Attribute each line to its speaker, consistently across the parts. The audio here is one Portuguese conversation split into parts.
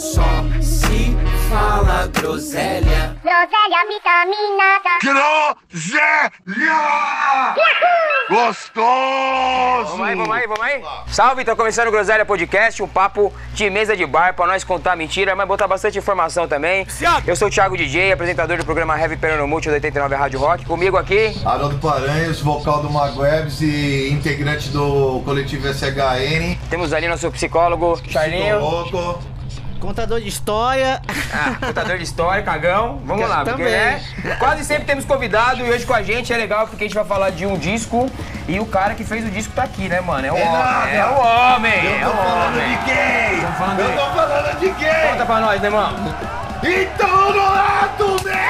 Speaker 1: Só se fala groselha.
Speaker 2: Groselha vitaminada.
Speaker 3: Groselha! Gostoso!
Speaker 4: Vamos aí, vamos aí, vamos aí. Salve, tô começando o Groselha Podcast, um papo de mesa de bar pra nós contar mentira, mas botar bastante informação também. Eu sou o Thiago DJ, apresentador do programa Heavy Perano Múltiplo da 89 Rádio Rock. Comigo aqui,
Speaker 5: Haroldo Paranhos, vocal do Magwebs e integrante do coletivo SHN.
Speaker 4: temos ali nosso psicólogo,
Speaker 5: Tô
Speaker 4: Charlinho.
Speaker 5: louco.
Speaker 6: Contador de história.
Speaker 4: Ah, contador de história, cagão. Vamos lá, porque
Speaker 6: Também.
Speaker 4: né? Quase sempre temos convidado e hoje com a gente é legal porque a gente vai falar de um disco e o cara que fez o disco tá aqui, né, mano? É o
Speaker 5: É nada.
Speaker 4: homem. É o homem.
Speaker 5: Eu
Speaker 4: é
Speaker 5: tô
Speaker 4: o
Speaker 5: falando
Speaker 4: homem.
Speaker 5: de quem?
Speaker 4: Tamo falando
Speaker 5: Eu
Speaker 4: de-
Speaker 5: tô falando de
Speaker 4: Conta
Speaker 5: quem?
Speaker 4: pra nós, né, irmão?
Speaker 5: Então no ato né?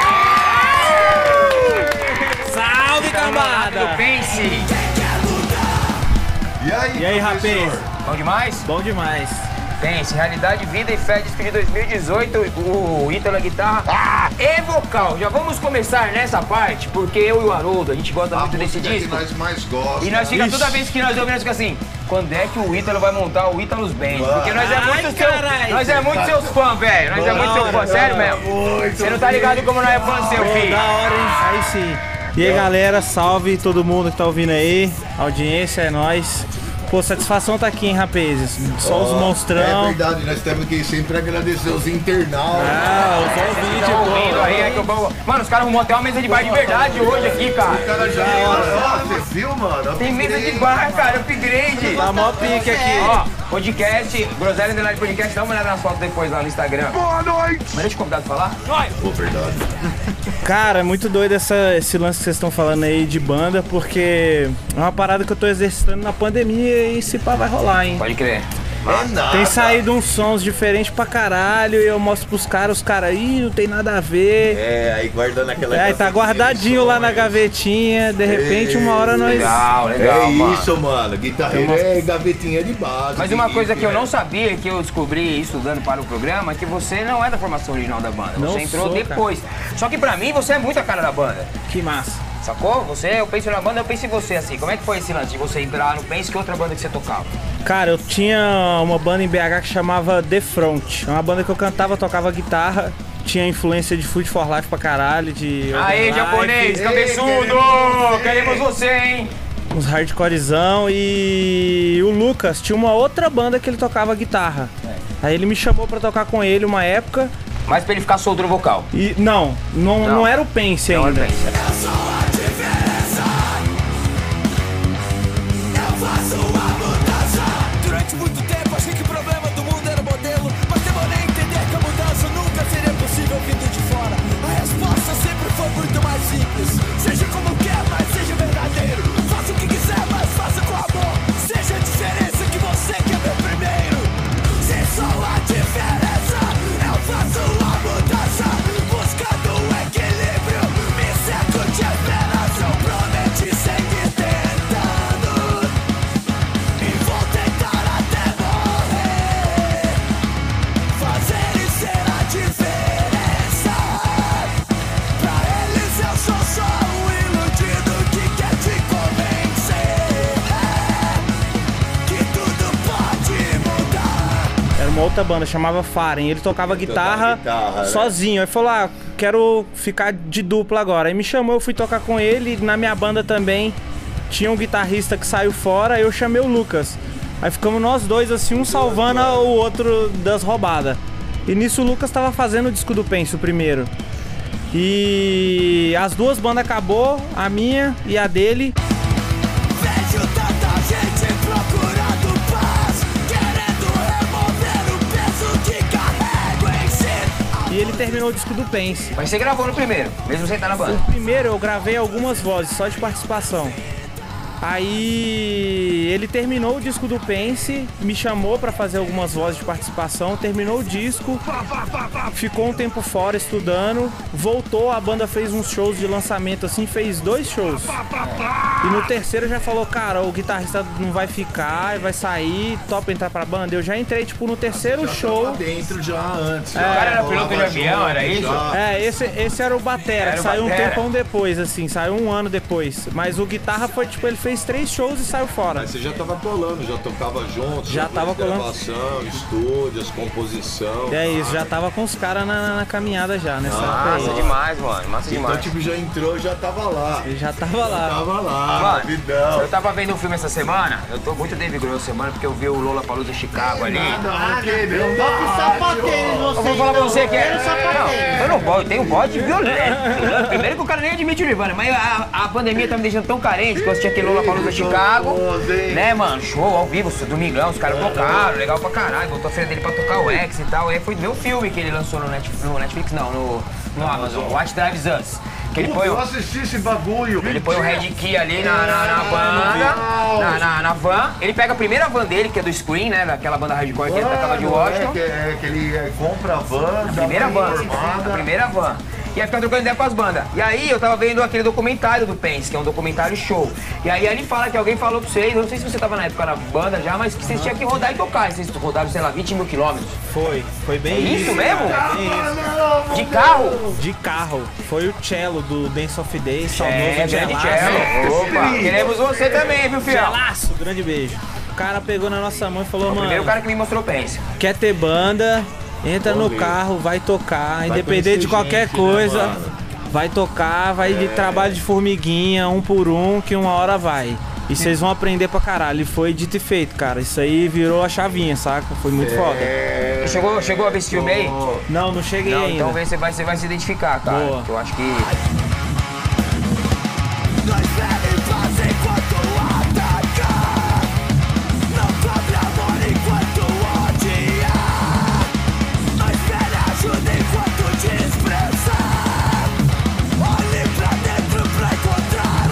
Speaker 7: Salve,
Speaker 4: Do
Speaker 7: cambada!
Speaker 4: Pense.
Speaker 5: E aí,
Speaker 7: E aí,
Speaker 5: professor?
Speaker 7: rapaz?
Speaker 4: Bom demais?
Speaker 7: Bom demais.
Speaker 4: Pense, realidade, vida e fé, disco de 2018, o Ítalo na guitarra
Speaker 5: Ah!
Speaker 4: e vocal. Já vamos começar nessa parte, porque eu e o Haroldo, a gente gosta
Speaker 5: A
Speaker 4: muito desse
Speaker 5: Ah, música que
Speaker 4: disco.
Speaker 5: nós mais gostamos.
Speaker 4: E nós fica
Speaker 7: Ixi.
Speaker 4: toda vez que nós ouvimos, nós fica assim, quando é que o Ítalo vai montar o Ítalos Band? Porque nós é
Speaker 7: Ai,
Speaker 4: muito seu,
Speaker 7: carai.
Speaker 4: nós é muito seus fãs, velho. Nós é muito seu fã, sério mesmo. Você não tá ligado como nós é fã seu, filho.
Speaker 7: Da hora, hein? Aí sim. E aí, galera, salve todo mundo que tá ouvindo aí. Audiência, é nóis. Pô, satisfação tá aqui, hein, rapazes? Só os
Speaker 5: É
Speaker 7: monstrão.
Speaker 5: verdade, nós temos que sempre agradecer os internautas.
Speaker 7: Ah, só o
Speaker 4: Vocês tão ouvindo aí, é que eu vou- Mano, os caras arrumou até uma mesa de bar de verdade hoje aqui, cara.
Speaker 5: Cara, já Nossa, você viu, mano?
Speaker 4: é, Tem mesa de bar, cara, upgrade.
Speaker 7: Tá mó pique aqui.
Speaker 4: Ó, podcast, Groselha Underline Podcast, dá uma olhada nas fotos depois lá no Instagram.
Speaker 3: Boa noite!
Speaker 4: Mas deixa o convidado falar.
Speaker 5: Pô, verdade.
Speaker 7: Cara, é muito doido essa, esse lance que vocês estão falando aí de banda, porque é uma parada que eu tô exercitando na pandemia e se pá vai rolar, hein?
Speaker 4: Pode crer.
Speaker 5: É nada.
Speaker 7: Tem saído uns sons diferentes pra caralho e eu mostro pros caras, os caras, ih, não tem nada a ver.
Speaker 5: É, aí guardando aquela...
Speaker 7: É, tá guardadinho lá na gavetinha, de repente uma hora nós.
Speaker 4: Legal, legal,
Speaker 5: É
Speaker 4: mano.
Speaker 5: isso, mano. Guitarreiro é gavetinha de base.
Speaker 4: Mas uma
Speaker 5: de
Speaker 4: coisa
Speaker 5: riff,
Speaker 4: que eu
Speaker 5: né?
Speaker 4: não sabia, que eu descobri estudando para o programa, é que você não é da formação original da banda.
Speaker 7: Não
Speaker 4: você entrou
Speaker 7: sou, cara.
Speaker 4: depois. Só que pra mim você é muito a cara da banda.
Speaker 7: Que massa.
Speaker 4: Sacou? Você, eu penso na banda, eu penso em você assim. Como é que foi esse lance de você entrar no Pense que outra banda que você tocava?
Speaker 7: Cara, eu tinha uma banda em BH que chamava The Front. É uma banda que eu cantava, tocava guitarra. Tinha influência de Food for Life pra caralho, de.
Speaker 4: Aê,
Speaker 7: Overlife,
Speaker 4: japonês,
Speaker 5: Ei,
Speaker 4: cabeçudo! Queremos
Speaker 5: queremos você.
Speaker 4: você, hein?
Speaker 7: Uns hardcorezão e o Lucas tinha uma outra banda que ele tocava guitarra. Aí ele me chamou pra tocar com ele uma época
Speaker 4: Mas pra ele ficar solto no vocal.
Speaker 7: e não, não, não.
Speaker 4: Não.
Speaker 7: era o Pense
Speaker 4: Não,
Speaker 7: ainda.
Speaker 4: é isso.
Speaker 8: Durante muito tempo achei que o problema do mundo era o modelo Mas demorei a entender que a mudança nunca seria possível vindo de fora A resposta sempre foi muito mais simples Seja como quer, mas seja verdadeiro Faça o que quiser, mas faça com amor Seja a diferença que você quer ver primeiro Se sou a diferença, eu faço a mudança Buscando o equilíbrio, me cerco de esperança Eu prometi seguir tentando e vou tentar até morrer Fazer e ser a diferença Pra eles eu sou só um iludido que quer te convencer Que tudo pode mudar
Speaker 7: Era uma outra banda, chamava Faren. Ele tocava guitarra,
Speaker 5: guitarra, né?
Speaker 7: sozinho. Aí falou: ah, quero ficar de dupla agora. Aí me chamou, eu fui tocar com ele. Na minha banda também tinha um guitarrista que saiu fora. aí Eu chamei o Lucas. Aí ficamos nós dois, assim, um salvando o outro das roubadas. E nisso o Lucas tava fazendo o disco do Penso primeiro. E as duas bandas acabou, a minha e a dele.
Speaker 8: Vejo tanta gente procurando paz Querendo remover o peso que carrego em si
Speaker 7: E ele terminou o disco do Pense.
Speaker 4: Mas você gravou no primeiro, mesmo sem estar na banda.
Speaker 7: Primeiro eu gravei algumas vozes, só de participação. Aí ele terminou o disco do Pense, me chamou pra fazer algumas vozes de participação, terminou o disco, ficou um tempo fora estudando, voltou, a banda fez uns shows de lançamento assim, fez dois shows. E no terceiro já falou, cara, o guitarrista não vai ficar, vai sair, topa entrar pra banda. Eu já entrei, tipo, no terceiro show.
Speaker 5: Lá tá dentro já antes.
Speaker 4: O cara era piloto de avião, era isso?
Speaker 7: É, esse, esse era o Batera,
Speaker 4: Era
Speaker 7: que
Speaker 4: o
Speaker 7: saiu
Speaker 4: Batera.
Speaker 7: um tempão depois, assim, saiu um ano depois. Mas o guitarra foi tipo, ele fez fez três shows e saiu fora.
Speaker 3: Mas você já tava colando, já tocava junto,
Speaker 7: Já
Speaker 3: junto
Speaker 7: tava
Speaker 3: de
Speaker 7: colando.
Speaker 3: gravação, estúdios, composição.
Speaker 7: É isso, já tava com os caras na, na- na caminhada já, nessa época aí.
Speaker 4: Massa demais, mano. Massa
Speaker 3: Então,
Speaker 4: demais.
Speaker 3: tipo, já entrou, já tava lá.
Speaker 7: Ele já tava lá.
Speaker 3: Tava lá,
Speaker 4: Ah, Mano,
Speaker 3: vidão.
Speaker 4: eu tava vendo um filme essa semana, eu tô muito David Grohl essa semana, porque eu vi o Lola Palusa Chicago ali.
Speaker 5: Ah,
Speaker 3: Nada, entendeu?
Speaker 6: Sapateiros, vocês
Speaker 4: Eu vou falar pra
Speaker 6: não,
Speaker 4: você que é.
Speaker 6: eles sapateiros.
Speaker 4: Não, eu não bode, tenho um bode violento. Primeiro que o cara nem admite o Nirvana, mas a, a pandemia tá me deixando tão carente que eu assisti aquele Lola Palusa Chicago. Né, mano? Show ao vivo, isso, domingão, os caras tocaram, legal pra caralho. Botou a filha dele pra tocar o X e tal. Aí fui ver o filme que ele lançou no Netflix, no Netflix não, no, no Amazon, Watch Drives Us. Que ele põe o.
Speaker 5: assisti esse bagulho.
Speaker 4: Ele põe o Red Key ali na, na, na banda, na, na, na van. Ele pega a primeira van dele, que é do Screen, né? Daquela banda hardcore que ele tocava de Washington.
Speaker 5: É, que, é, que ele é, compra a van, dá
Speaker 4: Primeira
Speaker 5: uma
Speaker 4: van.
Speaker 5: reformada.
Speaker 4: A primeira van. E aí ficar trocando ideia com as bandas. E aí eu tava vendo aquele documentário do Pence, que é um documentário show. E aí ele fala que alguém falou pra vocês, eu não sei se você tava na época na banda já, mas que vocês tinham que rodar e tocar. E Vocês rodaram, sei lá, 20 mil quilômetros.
Speaker 7: Foi, foi bem
Speaker 4: É isso mesmo?
Speaker 7: cara, bem isso.
Speaker 4: De carro?
Speaker 7: De carro. Foi o cello do Dance of Day, saudoso
Speaker 4: É, grande
Speaker 7: Gelaço.
Speaker 4: cello. Opa, queremos você também, viu, fiel?
Speaker 7: Gelaço, grande beijo. O cara pegou na nossa mão e falou,
Speaker 4: O
Speaker 7: mano,
Speaker 4: primeiro cara que me mostrou o Pence.
Speaker 7: quer ter banda, entra no carro, vai tocar, independente
Speaker 3: conhecer
Speaker 7: de qualquer
Speaker 3: gente, né,
Speaker 7: coisa.
Speaker 3: mano?
Speaker 7: vai tocar, vai de trabalho de formiguinha, um por um, que uma hora vai. E vocês vão aprender pra caralho. E foi dito e feito, cara. Isso aí virou a chavinha, saca? Foi muito foda.
Speaker 4: Chegou, chegou a ver esse filme aí?
Speaker 7: Não, não cheguei
Speaker 4: Não,
Speaker 7: ainda.
Speaker 4: então vê, você vai, você vai se identificar, cara.
Speaker 7: Boa.
Speaker 4: Que eu acho que.
Speaker 8: Nós é paz enquanto atacar Não cobre amor enquanto odiar Nós pede ajuda enquanto te expressar Olhe pra dentro pra encontrar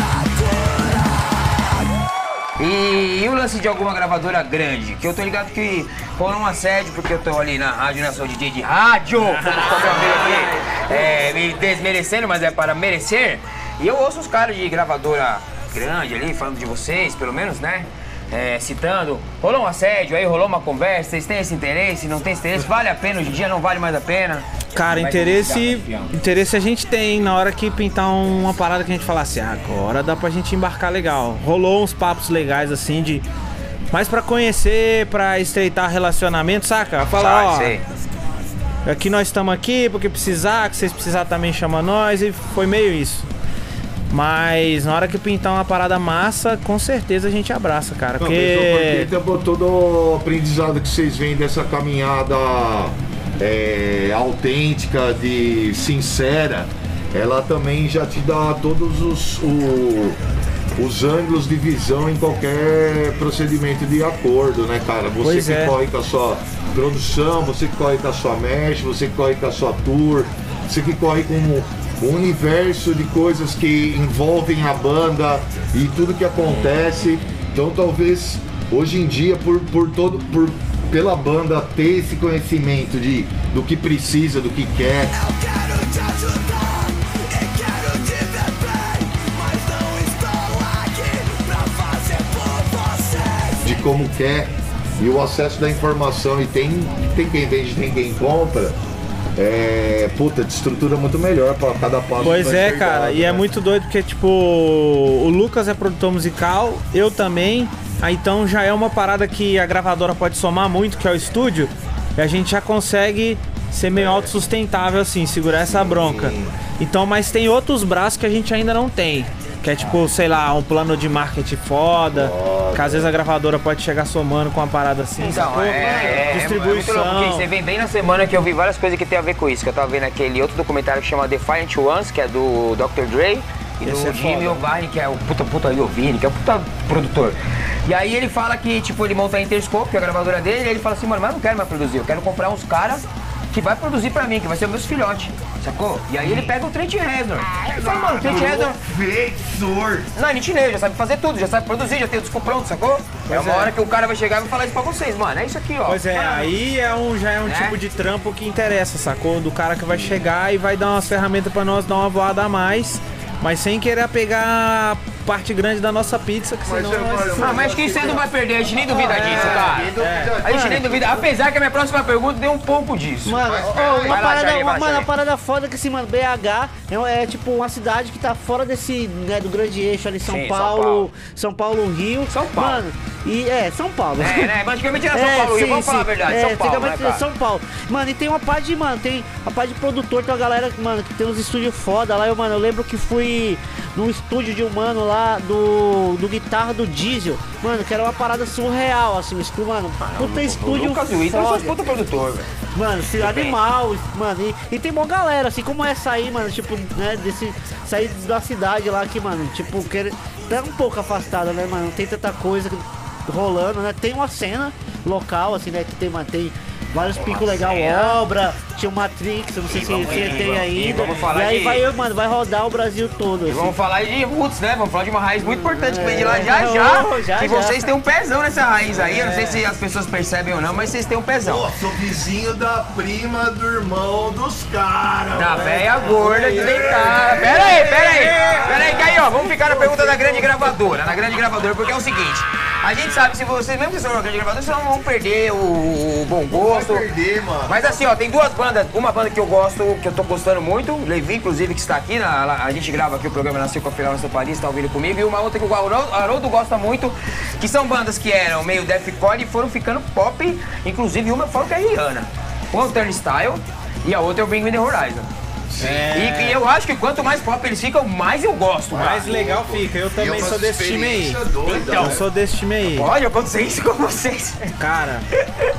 Speaker 8: a cura
Speaker 4: E, e o lance de alguma gravadora grande? Que eu tô ligado que rola um assédio, porque eu tô ali na rádio, né? Sou DJ de rádio, como o meu aqui, é, me desmerecendo, mas é para merecer. E eu ouço os caras de gravadora grande ali, falando de vocês, pelo menos, né? É, citando, rolou um assédio aí, rolou uma conversa, vocês têm esse interesse, não tem esse interesse, vale a pena, hoje em dia não vale mais a pena.
Speaker 7: Cara,
Speaker 4: Vai
Speaker 7: interesse,
Speaker 4: começar, né,
Speaker 7: interesse a gente tem na hora que pintar um, uma parada que a gente falar assim, "Ah, agora dá pra gente embarcar legal. Rolou uns papos legais assim de mas pra conhecer, pra estreitar relacionamento, saca? Falar,
Speaker 4: Sabe,
Speaker 7: ó,
Speaker 4: sei.
Speaker 7: aqui nós estamos aqui porque precisar, que vocês precisar também chama nós e foi meio isso. Mas na hora que pintar uma parada massa, com certeza a gente abraça, cara,
Speaker 3: Não,
Speaker 7: porque
Speaker 3: mas, ô,
Speaker 5: Então, por todo o aprendizado que vocês vêm dessa caminhada é, autêntica, de sincera, ela também já te dá todos os, o- os ângulos de visão em qualquer procedimento de acordo, né, cara? Você
Speaker 7: Pois
Speaker 5: que
Speaker 7: é.
Speaker 5: corre com a sua produção, você que corre com a sua mesh, você que corre com a sua tour, você que corre com um universo de coisas que envolvem a banda e tudo que acontece. Então talvez hoje em dia por, por todo por pela banda ter esse conhecimento de do que precisa, do que quer.
Speaker 8: Eu quero te ajudar e quero te ver bem Mas não estou aqui pra fazer por vocês
Speaker 5: de como quer e o acesso da informação e tem, tem quem vende, tem quem compra. É, puta, te estrutura muito melhor para cada passo.
Speaker 7: Pois
Speaker 5: que vai
Speaker 7: é,
Speaker 5: ser
Speaker 7: cara,
Speaker 5: dado,
Speaker 7: e é
Speaker 5: né?
Speaker 7: muito doido porque, tipo, o Lucas é produtor musical, eu também, aí então já é uma parada que a gravadora pode somar muito, que é o estúdio, e a gente já consegue ser
Speaker 5: É.
Speaker 7: meio autossustentável, assim, segurar essa bronca. Então, mas tem outros braços que a gente ainda não tem, que é tipo, sei lá, um plano de marketing foda, que às vezes a gravadora pode chegar somando com uma parada assim,
Speaker 4: Então,
Speaker 7: sacou?
Speaker 4: é, é, É muito
Speaker 7: distribuição.
Speaker 4: louco, porque você vem bem na semana que eu vi várias coisas que tem a ver com isso. Que eu tava vendo aquele outro documentário que chama Defiant Ones, que é do Dr. Dre. E
Speaker 7: Esse
Speaker 4: do
Speaker 7: é
Speaker 4: Jimmy
Speaker 7: foda.
Speaker 4: Ovine, que é o puta puta Iovine, que é o puta produtor. E aí ele fala que, tipo, ele monta a Interscope, que é a gravadora dele, e ele fala assim, mano, mas eu não quero mais produzir, eu quero comprar uns caras que vai produzir pra mim, que vai ser meus filhotes, sacou? E aí ele pega o Trent Reznor. Ele fala, mano, o Trent Reznor não, é nitineiro, já sabe fazer tudo, já sabe produzir, já tem o disco pronto, sacou? é uma
Speaker 7: é.
Speaker 4: hora que o cara vai chegar e vai falar isso pra vocês, mano. É isso aqui, ó.
Speaker 7: Pois é, aí é um, já é um
Speaker 4: Né?
Speaker 7: tipo de trampo que interessa, sacou? Do cara que vai chegar e vai dar umas ferramentas pra nós, dar uma voada a mais, mas sem querer pegar parte grande da nossa pizza, que senão
Speaker 3: eu
Speaker 7: nós...
Speaker 3: falo-
Speaker 4: Ah, mas que você não vai perder, a gente nem duvida
Speaker 6: É.
Speaker 4: disso, cara.
Speaker 5: É.
Speaker 4: A gente nem duvida, apesar que a minha próxima pergunta tem um pouco disso.
Speaker 6: Mano,
Speaker 3: Mas,
Speaker 6: ô,
Speaker 3: cara,
Speaker 6: uma
Speaker 4: vai lá,
Speaker 6: parada,
Speaker 4: Charlie,
Speaker 6: uma,
Speaker 4: vai,
Speaker 6: mano,
Speaker 4: Charlie.
Speaker 6: uma parada foda que assim, mano, BH é, um- é tipo uma cidade que tá fora desse, né, do grande eixo ali, São
Speaker 4: Sim, São
Speaker 6: Paulo,
Speaker 4: Paulo.
Speaker 6: São Paulo, Rio.
Speaker 4: São Paulo.
Speaker 6: Mano, e é, São Paulo.
Speaker 4: É, né? Mas antigamente era São Paulo, Rio, vamos falar a verdade,
Speaker 6: É,
Speaker 4: São Paulo, né,
Speaker 6: antigamente
Speaker 4: cara?
Speaker 6: São Paulo. Mano, e tem uma parte de, mano, tem a parte de produtor, tem uma galera, mano, que tem uns estúdios foda lá. Eu, mano, eu lembro que fui num estúdio de um mano lá do, do guitarra do diesel. Mano, que era uma parada surreal, assim, um estúdio, mano, puta um estúdio
Speaker 4: Lucas e o Ítalo são os
Speaker 6: foda.
Speaker 4: então puta produtor, velho.
Speaker 6: Mano, esse animal, mano, e, e tem mó galera, assim, como é sair, mano, tipo, né, desse, sair da cidade lá que, mano, tipo, quer, tá um pouco afastada, né, mano, não tem tanta coisa que- rolando, né, tem uma cena local, assim, né, que tem, mano, tem vários picos legal,
Speaker 4: cena.
Speaker 6: obra, tinha o Matrix, eu não sei se,
Speaker 4: vamos-
Speaker 6: se
Speaker 4: e
Speaker 6: tem
Speaker 4: vamos- e
Speaker 6: ainda,
Speaker 4: vamos falar
Speaker 6: e aí
Speaker 4: de-
Speaker 6: vai, mano, vai rodar o Brasil todo,
Speaker 4: E
Speaker 6: assim.
Speaker 4: vamos falar de roots, né? Vamos falar de uma raiz muito importante que vem de lá já,
Speaker 6: É,
Speaker 4: já.
Speaker 6: ô, já,
Speaker 4: que
Speaker 6: já. É.
Speaker 4: vocês têm um pezão nessa raiz aí. Eu não sei se as pessoas percebem ou não, mas vocês têm um pezão.
Speaker 3: Pô, sou vizinho da prima do irmão dos caras.
Speaker 4: Da
Speaker 5: né?
Speaker 3: velho.
Speaker 4: velha gorda de deitar. Pera aí, pera aí. Pera aí, que aí, ó. Vamos ficar na pergunta da grande gravadora. Na grande gravadora, porque é o seguinte. A gente sabe que se vocês, mesmo que sejam uma grande gravadora, vocês não vão perder o, o bom
Speaker 3: Vai
Speaker 4: gosto.
Speaker 3: perder, mano.
Speaker 4: Mas assim, ó, tem duas bandas. Uma banda que eu gosto, que eu tô gostando muito, Levi, inclusive, que está aqui. na- lá- a gente grava aqui o programa na Silva Final no seu Paris, tá ouvindo comigo. E uma outra que o Haroldo, Haroldo gosta muito, que são bandas que eram meio deathcore e foram ficando pop. Inclusive, uma eu falo que é a Rihanna. Uma é o Turnstyle e a outra é o Bring Me The Horizon.
Speaker 7: É.
Speaker 4: E, e eu acho que quanto mais pop eles ficam, mais eu gosto,
Speaker 7: Mais
Speaker 4: cara.
Speaker 7: legal fica, eu
Speaker 3: assim, E é
Speaker 7: também
Speaker 3: uma
Speaker 7: sou desse time aí. Então,
Speaker 3: experiência Doida,
Speaker 7: Eu
Speaker 3: né?
Speaker 7: sou desse time aí.
Speaker 4: Pode acontecer isso com vocês.
Speaker 7: Cara,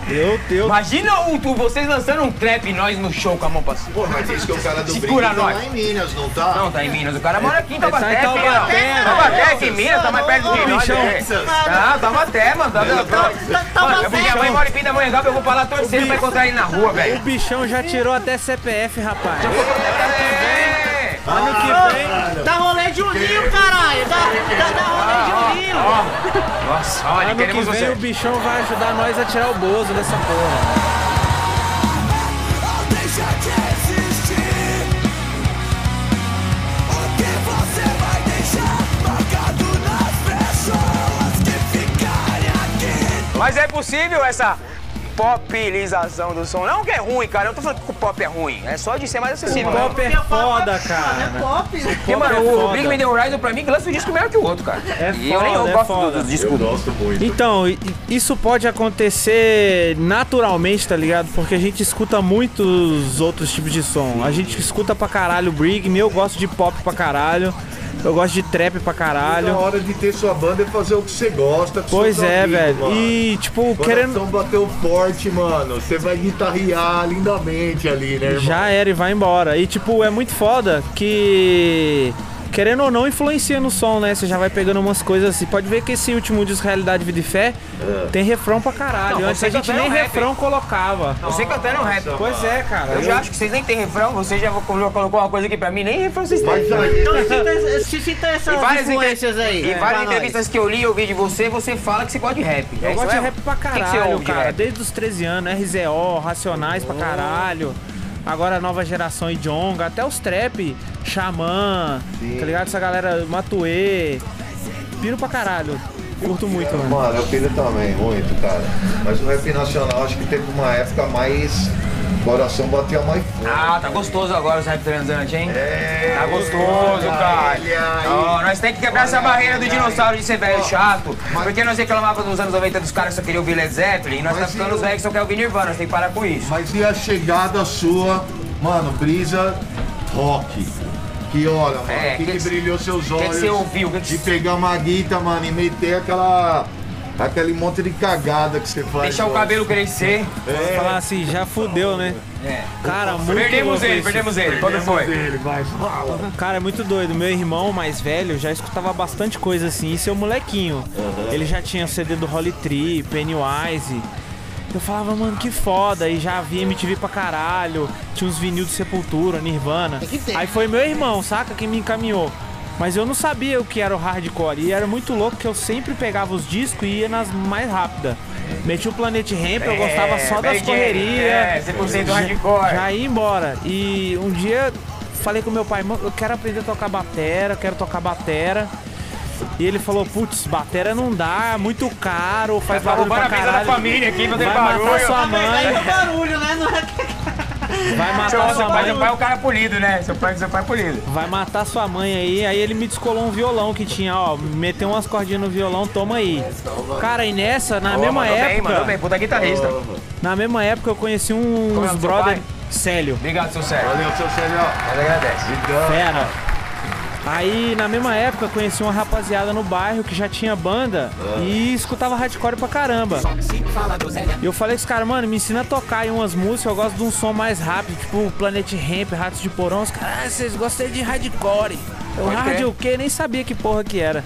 Speaker 7: eu, eu
Speaker 4: Imagina o, tu- vocês lançando um trap e nós no show com a mão pra cima.
Speaker 3: Pô, mas diz que o cara do
Speaker 4: Segura
Speaker 3: Brinco tá
Speaker 4: nós.
Speaker 3: lá em Minas, não tá?
Speaker 4: Não, tá em Minas. O cara mora aqui em Taubaté,
Speaker 7: Ele tá em
Speaker 4: filho.
Speaker 7: Taubaté, né?
Speaker 4: Taubaté, aqui em Minas, tá mais perto de nós.
Speaker 7: bichão.
Speaker 4: né? Não, Taubaté, mano. Tá, tá, tá, mano, eu- minha mãe mora em Pindamonhangaba, eu vou pra lá torcendo pra encontrar ele na rua,
Speaker 7: O
Speaker 4: velho.
Speaker 7: bichão já tirou até CPF, rapaz. Ano
Speaker 4: É.
Speaker 3: Ah!
Speaker 7: que vem,
Speaker 6: Dá rolê de um rio, caralho, tá? dá, dá, dá rolê de um rio.
Speaker 4: Nossa, olha,
Speaker 7: ano que
Speaker 4: queremos
Speaker 7: vem o
Speaker 4: você.
Speaker 7: bichão vai ajudar nós a tirar o bozo dessa porra.
Speaker 8: Ou deixa de existir O que você vai deixar marcado nas pessoas que ficarem aqui
Speaker 4: Mas é possível essa popilização do som? Não que é ruim, cara. Eu não tô falando que o pop é ruim. É só de ser mais acessível.
Speaker 7: O pop é foda, cara.
Speaker 4: Porque, mano,
Speaker 7: é
Speaker 4: o
Speaker 7: foda.
Speaker 4: Big Me The Horizon, pra mim, que lança um disco melhor que o outro, cara.
Speaker 7: É
Speaker 4: e eu nem eu
Speaker 7: foda, é
Speaker 4: gosto
Speaker 7: foda.
Speaker 4: dos discos
Speaker 3: Eu gosto muito.
Speaker 7: Então, i- isso pode acontecer naturalmente, tá ligado? Porque a gente escuta muitos outros tipos de som. A gente escuta pra caralho Britney, eu gosto de pop pra caralho. Eu gosto de trap pra
Speaker 5: A
Speaker 7: caralho.
Speaker 5: hora de ter sua banda é fazer o que você gosta. com
Speaker 7: Pois
Speaker 5: seus
Speaker 7: é,
Speaker 5: amigos,
Speaker 7: velho.
Speaker 5: mano.
Speaker 7: E, tipo,
Speaker 5: Coração
Speaker 7: querendo.
Speaker 5: bateu forte, mano. Você vai guitarrear lindamente ali, né, irmão?
Speaker 7: Já era e vai embora. E tipo, é muito foda que. Querendo ou não, influencia no som, né? Você já vai pegando umas coisas assim. Pode ver que esse último disco, Realidade, Vida e Fé, tem refrão pra caralho.
Speaker 4: É. Não,
Speaker 7: Antes
Speaker 4: você
Speaker 7: a gente
Speaker 4: cantando
Speaker 7: nem
Speaker 4: um rap.
Speaker 7: refrão colocava.
Speaker 4: Você cantando rap.
Speaker 7: Pois é, cara.
Speaker 4: Eu já acho que vocês nem têm refrão, você já colocou colocou uma coisa aqui pra mim, nem refrão vocês têm.
Speaker 5: Mas aí,
Speaker 6: Então, cita- se cita essas influências
Speaker 4: entre-
Speaker 6: aí.
Speaker 4: e
Speaker 6: é,
Speaker 4: várias
Speaker 6: pra nós.
Speaker 4: entrevistas que eu li e ouvi de você, você fala que você gosta de rap.
Speaker 7: Eu gosto de rap pra
Speaker 4: O é que que você
Speaker 7: caralho,
Speaker 4: ouve Oh. de
Speaker 7: cara.
Speaker 4: rap?
Speaker 7: Desde os 13 anos, RZO, Racionais pra caralho. Agora a nova geração e Jonga, até os trap, Xamã, tá ligado? Essa galera, Matuê. Piro pra caralho. Curto muito, mano.
Speaker 5: Mano, eu filho também, muito, cara. Mas o rap nacional acho que teve uma época mais. O coração batia mais forte.
Speaker 4: Ah, tá gostoso agora os rap transante, hein? tá gostoso, cara. Ó, nós temos que quebrar essa barreira do dinossauro de ser velho chato. Porque nós reclamávamos nos anos 90 dos caras que só queriam ouvir Led Zeppelin. E nós
Speaker 5: Mas
Speaker 4: tá ficando
Speaker 5: e
Speaker 4: os
Speaker 5: o-
Speaker 4: velhos que só querem ouvir Nirvana, nós tem que parar com isso.
Speaker 5: Mas e a chegada sua, mano, brisa rock? Que hora, mano.
Speaker 4: É,
Speaker 5: que,
Speaker 4: que
Speaker 5: que,
Speaker 4: que-
Speaker 5: brilhou seus
Speaker 4: que que
Speaker 5: olhos?
Speaker 4: você ouviu? Que que
Speaker 5: de
Speaker 4: você-
Speaker 5: pegar uma guita, mano, e meter aquela. aquele monte de cagada que você faz.
Speaker 4: Deixar o
Speaker 5: mano.
Speaker 4: cabelo crescer.
Speaker 7: Falar assim, já fudeu, né?
Speaker 4: É.
Speaker 7: Cara, muito
Speaker 4: Perdemos
Speaker 7: louco
Speaker 4: ele,
Speaker 7: isso.
Speaker 4: perdemos ele. Quando foi?
Speaker 5: Ele vai. Uau.
Speaker 7: Cara, é muito doido. Meu irmão mais velho já escutava bastante coisa assim. E seu molequinho. Ele já tinha o CD do Holy Tree, Pennywise. Eu falava, mano, que foda. E já havia MTV pra caralho. Tinha uns vinil de Sepultura, Nirvana. Aí foi meu irmão, saca? Que me encaminhou. Mas eu não sabia o que era o hardcore. E era muito louco que eu sempre pegava os discos e ia nas mais rápidas. Metia o Planet Ramp, eu gostava só das
Speaker 4: Mary Jane.
Speaker 7: correrias.
Speaker 4: É, 100% hardcore.
Speaker 7: Já ia embora. E um dia falei com meu pai, mano, eu quero aprender a tocar batera, quero tocar batera. E ele falou, putz, batera não dá, é muito caro, faz
Speaker 4: Tá
Speaker 7: barulho
Speaker 4: roubando
Speaker 7: pra
Speaker 4: a mesa da
Speaker 7: caralho.
Speaker 4: família aqui,
Speaker 7: Vai
Speaker 4: fazendo
Speaker 7: matar
Speaker 4: barulho.
Speaker 7: sua mãe,
Speaker 6: barulho, né? Não é
Speaker 7: vai
Speaker 4: Seu,
Speaker 7: matar
Speaker 4: seu
Speaker 7: sua
Speaker 4: pai, seu pai é
Speaker 7: mãe.
Speaker 4: um cara polido, né? Seu pai, seu pai é polido.
Speaker 7: Vai matar sua mãe aí, aí ele me descolou um violão que tinha, ó, meteu umas cordinhas no violão, toma aí. Cara, e nessa, na
Speaker 4: Ó,
Speaker 7: mesma
Speaker 4: mandou bem,
Speaker 7: época,
Speaker 4: mandou bem, puta guitarrista.
Speaker 7: na mesma época eu conheci
Speaker 4: Como é o
Speaker 7: uns
Speaker 4: nome do seu
Speaker 7: brother
Speaker 4: pai?
Speaker 7: Célio.
Speaker 4: Obrigado, seu Sérgio.
Speaker 5: Valeu, seu Célio.
Speaker 4: Nós agradece.
Speaker 7: Fera. Aí, na mesma época, eu conheci uma rapaziada no bairro que já tinha banda e escutava hardcore pra caramba. E eu falei com os caras, mano, me ensina a tocar aí umas músicas, eu gosto de um som mais rápido, tipo Planet Ramp, Ratos de Porão. Os caras, ah, vocês gostam de hardcore. Eu,
Speaker 4: Pode
Speaker 7: hard
Speaker 4: crer.
Speaker 7: o quê? Nem sabia que porra que era.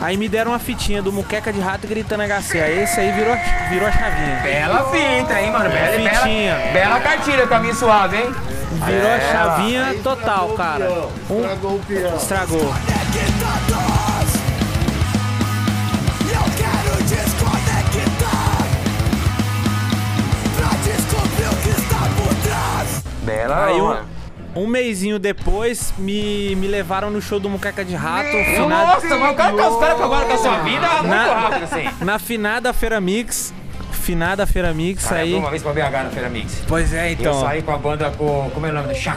Speaker 7: Aí me deram uma fitinha do Muqueca de Rato gritando HC. Aí esse aí virou, a- virou a chavinha.
Speaker 4: Bela fita, hein, mano? Bela,
Speaker 7: Fitinha.
Speaker 4: bela, bela cartilha, caminho suave, hein?
Speaker 7: Virou a
Speaker 5: é,
Speaker 7: chavinha total, cara. Um
Speaker 5: Estragou o peão.
Speaker 7: estragou.
Speaker 8: Conectados. Eu quero desconectar pra descobrir o que está por trás.
Speaker 4: Bela,
Speaker 7: Aí um,
Speaker 4: mano.
Speaker 7: um mêsinho depois, me, me levaram no show do Muqueca de Rato. finada-
Speaker 4: Nossa, mas o cara que os caras acabaram com a sua vida muito
Speaker 7: Na-
Speaker 4: rápido, assim.
Speaker 7: Na finada Feira Mix. Finada Feira Mix
Speaker 4: Cara, é eu fui
Speaker 7: aí.
Speaker 4: uma vez pra BH na Feira Mix.
Speaker 7: Pois é,
Speaker 4: Eu
Speaker 7: então.
Speaker 4: saí com a banda com. Como é o nome? Chacal!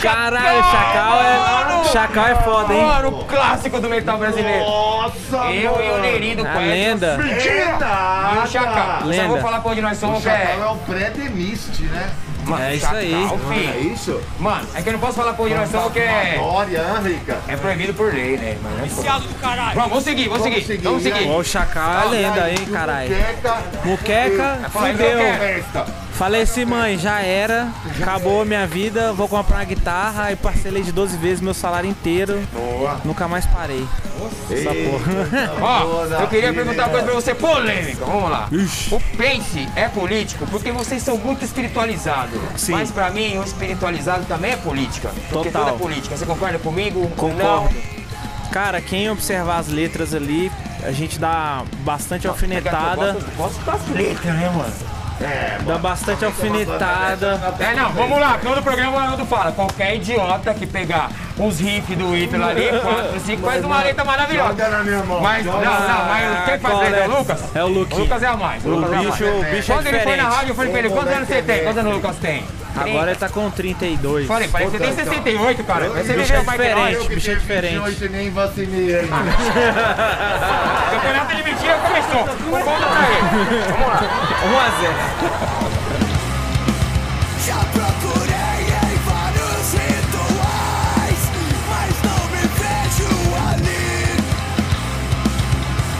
Speaker 7: Caralho, Chacal é.
Speaker 4: mano!
Speaker 7: Chacal é foda, hein?
Speaker 4: Mano, o clássico do metal brasileiro.
Speaker 3: Nossa,
Speaker 4: Eu e o Neri do
Speaker 7: A
Speaker 4: Quest,
Speaker 7: lenda.
Speaker 5: é
Speaker 4: E
Speaker 3: Mentira!
Speaker 4: o Chacal. Só
Speaker 7: Lenda.
Speaker 4: vou falar pra onde nós somos, que é.
Speaker 5: é o pré-demiste, né?
Speaker 4: Mano,
Speaker 7: É isso
Speaker 4: Chacal,
Speaker 7: aí.
Speaker 5: É
Speaker 4: filho.
Speaker 5: isso?
Speaker 4: Mano, é que eu não posso falar pra onde nós somos, que é.
Speaker 5: Glória, hein, Rica?
Speaker 4: É proibido por lei, né, mano?
Speaker 8: Viado do caralho.
Speaker 4: Vamos, vamos seguir, vamos seguir.
Speaker 5: seguir,
Speaker 4: Vamos
Speaker 5: e aí?
Speaker 4: seguir.
Speaker 7: Ó, o Chacal é lenda, hein, caralho.
Speaker 5: Muqueca.
Speaker 7: Muqueca,
Speaker 4: É, Fala aí,
Speaker 7: fudeu.
Speaker 4: Muqueca.
Speaker 5: Festa.
Speaker 7: Falei assim, mãe, já era. Acabou a minha vida. Vou comprar uma guitarra e parcelei de 12 vezes meu salário inteiro.
Speaker 5: Boa.
Speaker 7: Nunca mais parei. Essa porra.
Speaker 4: Ó,
Speaker 5: Toda
Speaker 7: né?
Speaker 4: eu queria
Speaker 5: filha.
Speaker 4: perguntar uma coisa pra você polêmica. Vamos lá. O Pense é político porque vocês são muito espiritualizados.
Speaker 7: Sim.
Speaker 4: Mas pra mim, o espiritualizado também é política. Porque
Speaker 7: Total.
Speaker 4: tudo é política. Você concorda comigo?
Speaker 7: Concordo. Cara, quem observar as letras ali, a gente dá bastante alfinetada.
Speaker 4: Posso, posso dar as letras, né, mano?
Speaker 7: Dá bastante alfinetada.
Speaker 4: É, não, vamos lá. Todo programa o Arnaldo fala. Qualquer idiota que pegar uns riffs do Ítalo ali, 4, 5, faz uma letra maravilhosa.
Speaker 5: Joga na minha mão.
Speaker 4: Mas, não, não, mas quem faz
Speaker 7: qual
Speaker 4: letra é
Speaker 7: é?
Speaker 4: o Lucas?
Speaker 7: É o Luke.
Speaker 4: O Lucas é a mais. O
Speaker 7: O
Speaker 4: Lucas é a mais.
Speaker 7: bicho, o bicho é
Speaker 4: Quando ele foi na rádio,
Speaker 7: diferente.
Speaker 4: eu falei pra ele, quantos anos você tem? Quantos anos o Lucas tem?
Speaker 7: Agora ele tá com 32.
Speaker 4: Falei, parece que você tem 68, cara. Mas você
Speaker 7: Bicho
Speaker 4: viveu
Speaker 7: é
Speaker 4: mais que nós.
Speaker 7: diferente. bicho é diferente.
Speaker 5: Hoje nem vacinei
Speaker 4: Ah,
Speaker 5: ainda.
Speaker 4: O campeonato ele mentia, começou. O ponto pra ele. Vamos lá.
Speaker 7: 1 a 0.
Speaker 8: Já procurei em vários rituais, mas não me vejo ali.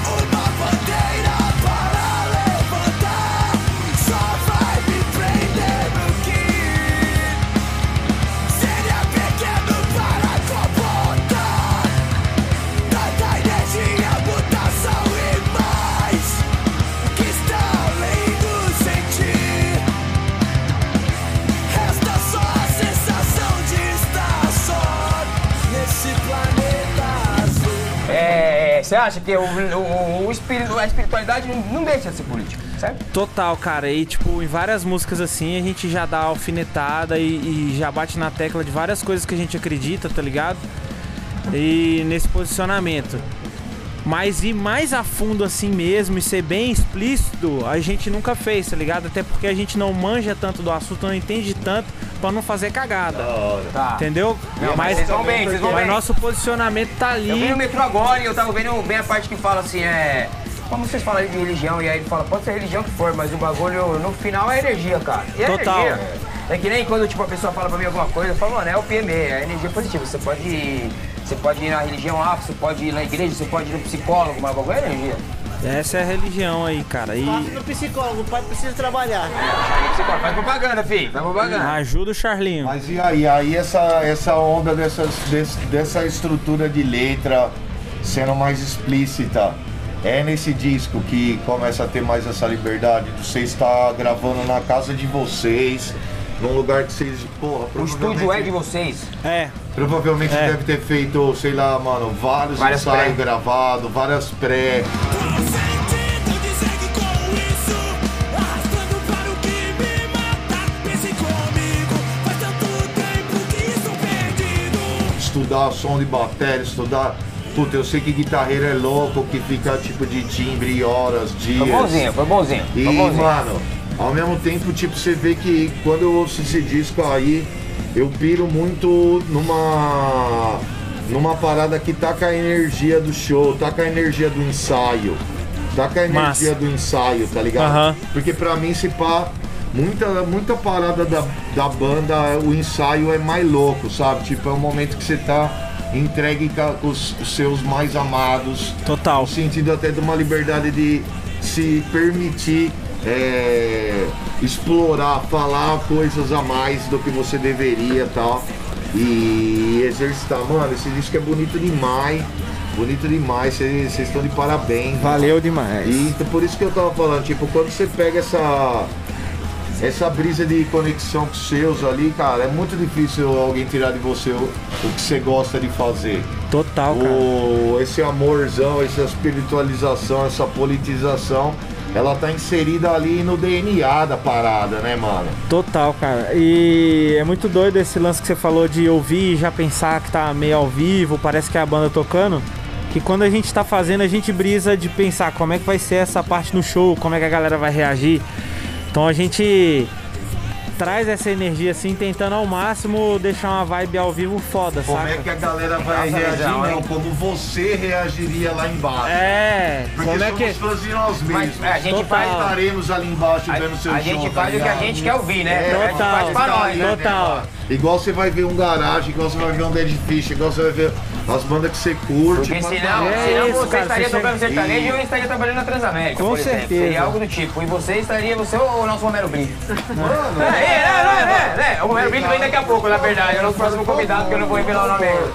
Speaker 8: Uma bandeira para levantar, só vai me prender no que seria pequeno para comportar tanta energia, mutação e mais que está lindo sentir. Resta só a sensação de estar só nesse planeta azul.
Speaker 4: É, você acha que o, o, o espírito, a espiritualidade não, não deixa de ser político, certo?
Speaker 7: Total, cara. E, tipo, em várias músicas assim, a gente já dá alfinetada e, e já bate na tecla de várias coisas que a gente acredita, tá ligado? E nesse posicionamento. Mas ir mais a fundo assim mesmo e ser bem explícito, a gente nunca fez, tá ligado? Até porque a gente não manja tanto do assunto, não entende tanto pra não fazer cagada.
Speaker 4: Tá.
Speaker 7: Entendeu?
Speaker 4: Não, mas vocês vão bem, vocês vão
Speaker 7: mas
Speaker 4: bem.
Speaker 7: nosso posicionamento tá ali.
Speaker 4: Eu vi no metrô agora e eu tava vendo bem a parte que fala assim, é. Como vocês falam de religião, e aí ele fala, pode ser a religião que for, mas o bagulho no final é energia, cara. E é
Speaker 7: Total.
Speaker 4: energia. É que nem quando tipo, a pessoa fala pra mim alguma coisa, eu falo, mano, é o PME, é energia positiva. Você pode ir. Você pode ir na religião A, você pode ir na igreja, você pode ir no psicólogo, mas o bagulho é energia.
Speaker 7: Essa é a religião aí, cara. E
Speaker 6: Passa no psicólogo, o pai precisa trabalhar.
Speaker 4: Psicólogo, faz propaganda, filho. Ah, Faz propaganda.
Speaker 7: ajuda o Charlinho.
Speaker 5: Mas e aí? Aí essa, essa onda dessas, des- dessa estrutura de letra sendo mais explícita. É nesse disco que começa a ter mais essa liberdade de você estar gravando na casa de vocês, num lugar que vocês. Porra,
Speaker 4: O estúdio é de
Speaker 5: provavelmente-
Speaker 4: vocês.
Speaker 7: É,
Speaker 5: Provavelmente
Speaker 7: É.
Speaker 5: deve ter feito, sei lá, mano, vários
Speaker 4: Várias
Speaker 5: ensaios
Speaker 4: pré.
Speaker 5: gravados, várias pré.
Speaker 8: Qual o sentido dizer que com isso? Arrastando para o que me mata. Pense comigo, faz tanto tempo que estou perdido.
Speaker 5: estudar som de bateria, estudar Puta, eu sei que guitarreiro é louco, que fica tipo de timbre horas, dias.
Speaker 4: Foi bonzinho, foi bonzinho. Foi
Speaker 5: E,
Speaker 4: bonzinho.
Speaker 5: mano, ao mesmo tempo, tipo, você vê que quando eu ouço esse disco aí, eu piro muito numa. numa parada que tá com a energia do show, tá com a energia do ensaio. Tá com a
Speaker 7: Massa.
Speaker 5: energia do ensaio, tá ligado?
Speaker 7: Aham.
Speaker 5: Porque pra mim, se pá. Muita, muita parada da, da banda, o ensaio é mais louco, sabe? Tipo, é o momento que você tá entregue ca- com os os seus mais amados,
Speaker 7: Total.
Speaker 5: no sentido até de uma liberdade de se permitir é, explorar, falar coisas a mais do que você deveria e tal. E exercitar, mano, esse disco é bonito demais. Bonito demais, vocês vocês estão de parabéns.
Speaker 9: Valeu demais.
Speaker 5: E então, por isso que eu tava falando, tipo, quando você pega essa. Essa brisa de conexão com os seus ali, cara, é muito difícil alguém tirar de você o, o que você gosta de fazer.
Speaker 7: Total, cara.
Speaker 5: O, esse amorzão, essa espiritualização, essa politização, ela tá inserida ali no DNA da parada, né, mano?
Speaker 7: Total, cara. E é muito doido esse lance que você falou de ouvir e já pensar que tá meio ao vivo, parece que é a banda tocando. Que quando a gente tá fazendo, a gente brisa de pensar como é que vai ser essa parte no show, como é que a galera vai reagir. Então a gente traz essa energia assim, tentando ao máximo deixar uma vibe ao vivo foda,
Speaker 5: Como
Speaker 7: saca?
Speaker 5: é que a galera vai
Speaker 4: Nossa,
Speaker 5: reagir?
Speaker 4: legal,
Speaker 5: Não,
Speaker 4: hein?
Speaker 5: como você reagiria lá embaixo?
Speaker 7: É,
Speaker 5: Porque
Speaker 7: como é
Speaker 5: somos
Speaker 7: que.
Speaker 5: fãs de nós mesmos.
Speaker 4: Mas, é, a gente faz-
Speaker 5: estaremos ali embaixo vendo seu
Speaker 4: A, a
Speaker 5: show,
Speaker 4: gente
Speaker 5: tá
Speaker 4: faz o que a
Speaker 5: ligado? É,
Speaker 4: gente quer ouvir, né? a gente
Speaker 7: Total.
Speaker 4: faz pra nós, né?
Speaker 7: Total.
Speaker 5: Igual você vai ver um garagem, igual você vai ver um dead fish, igual você vai ver as bandas que você curte.
Speaker 4: Porque
Speaker 5: pra
Speaker 4: senão,
Speaker 5: caralho.
Speaker 7: É
Speaker 4: senão
Speaker 7: isso,
Speaker 4: você
Speaker 7: cara,
Speaker 4: estaria
Speaker 7: se você-
Speaker 4: tocando sertanejo e eu estaria trabalhando na Transamérica,
Speaker 7: Com
Speaker 4: por exemplo.
Speaker 7: certeza.
Speaker 4: Seria algo do tipo. E você estaria, você ou o nosso Romero Brito? Mano, é, é, é, é, é. O Romero Brito vem daqui a pouco, na verdade. É o nosso próximo convidado, que eu não vou revelar o nome ainda.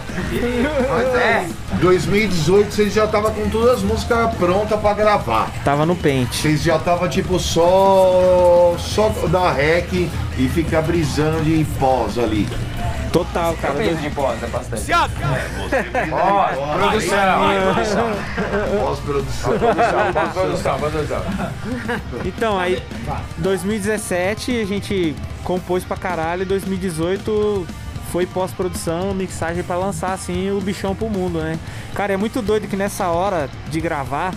Speaker 5: Mas
Speaker 4: É.
Speaker 5: é. 2018 vocês já tava com todas as músicas prontas pra gravar.
Speaker 7: Tava no pente.
Speaker 5: Vocês já tava tipo só só dar rec e ficar brisando de pós ali.
Speaker 7: Total,
Speaker 4: Eu
Speaker 5: Tá
Speaker 7: cara.
Speaker 4: preciso Tá de posta bastante. Ó, produção.
Speaker 5: Pós-produção.
Speaker 4: Produção, produção.
Speaker 7: Então, aí 2017 a gente compôs pra caralho, e 2018 foi pós-produção, mixagem pra lançar assim o bichão pro mundo, né? Cara, é muito doido que nessa hora de gravar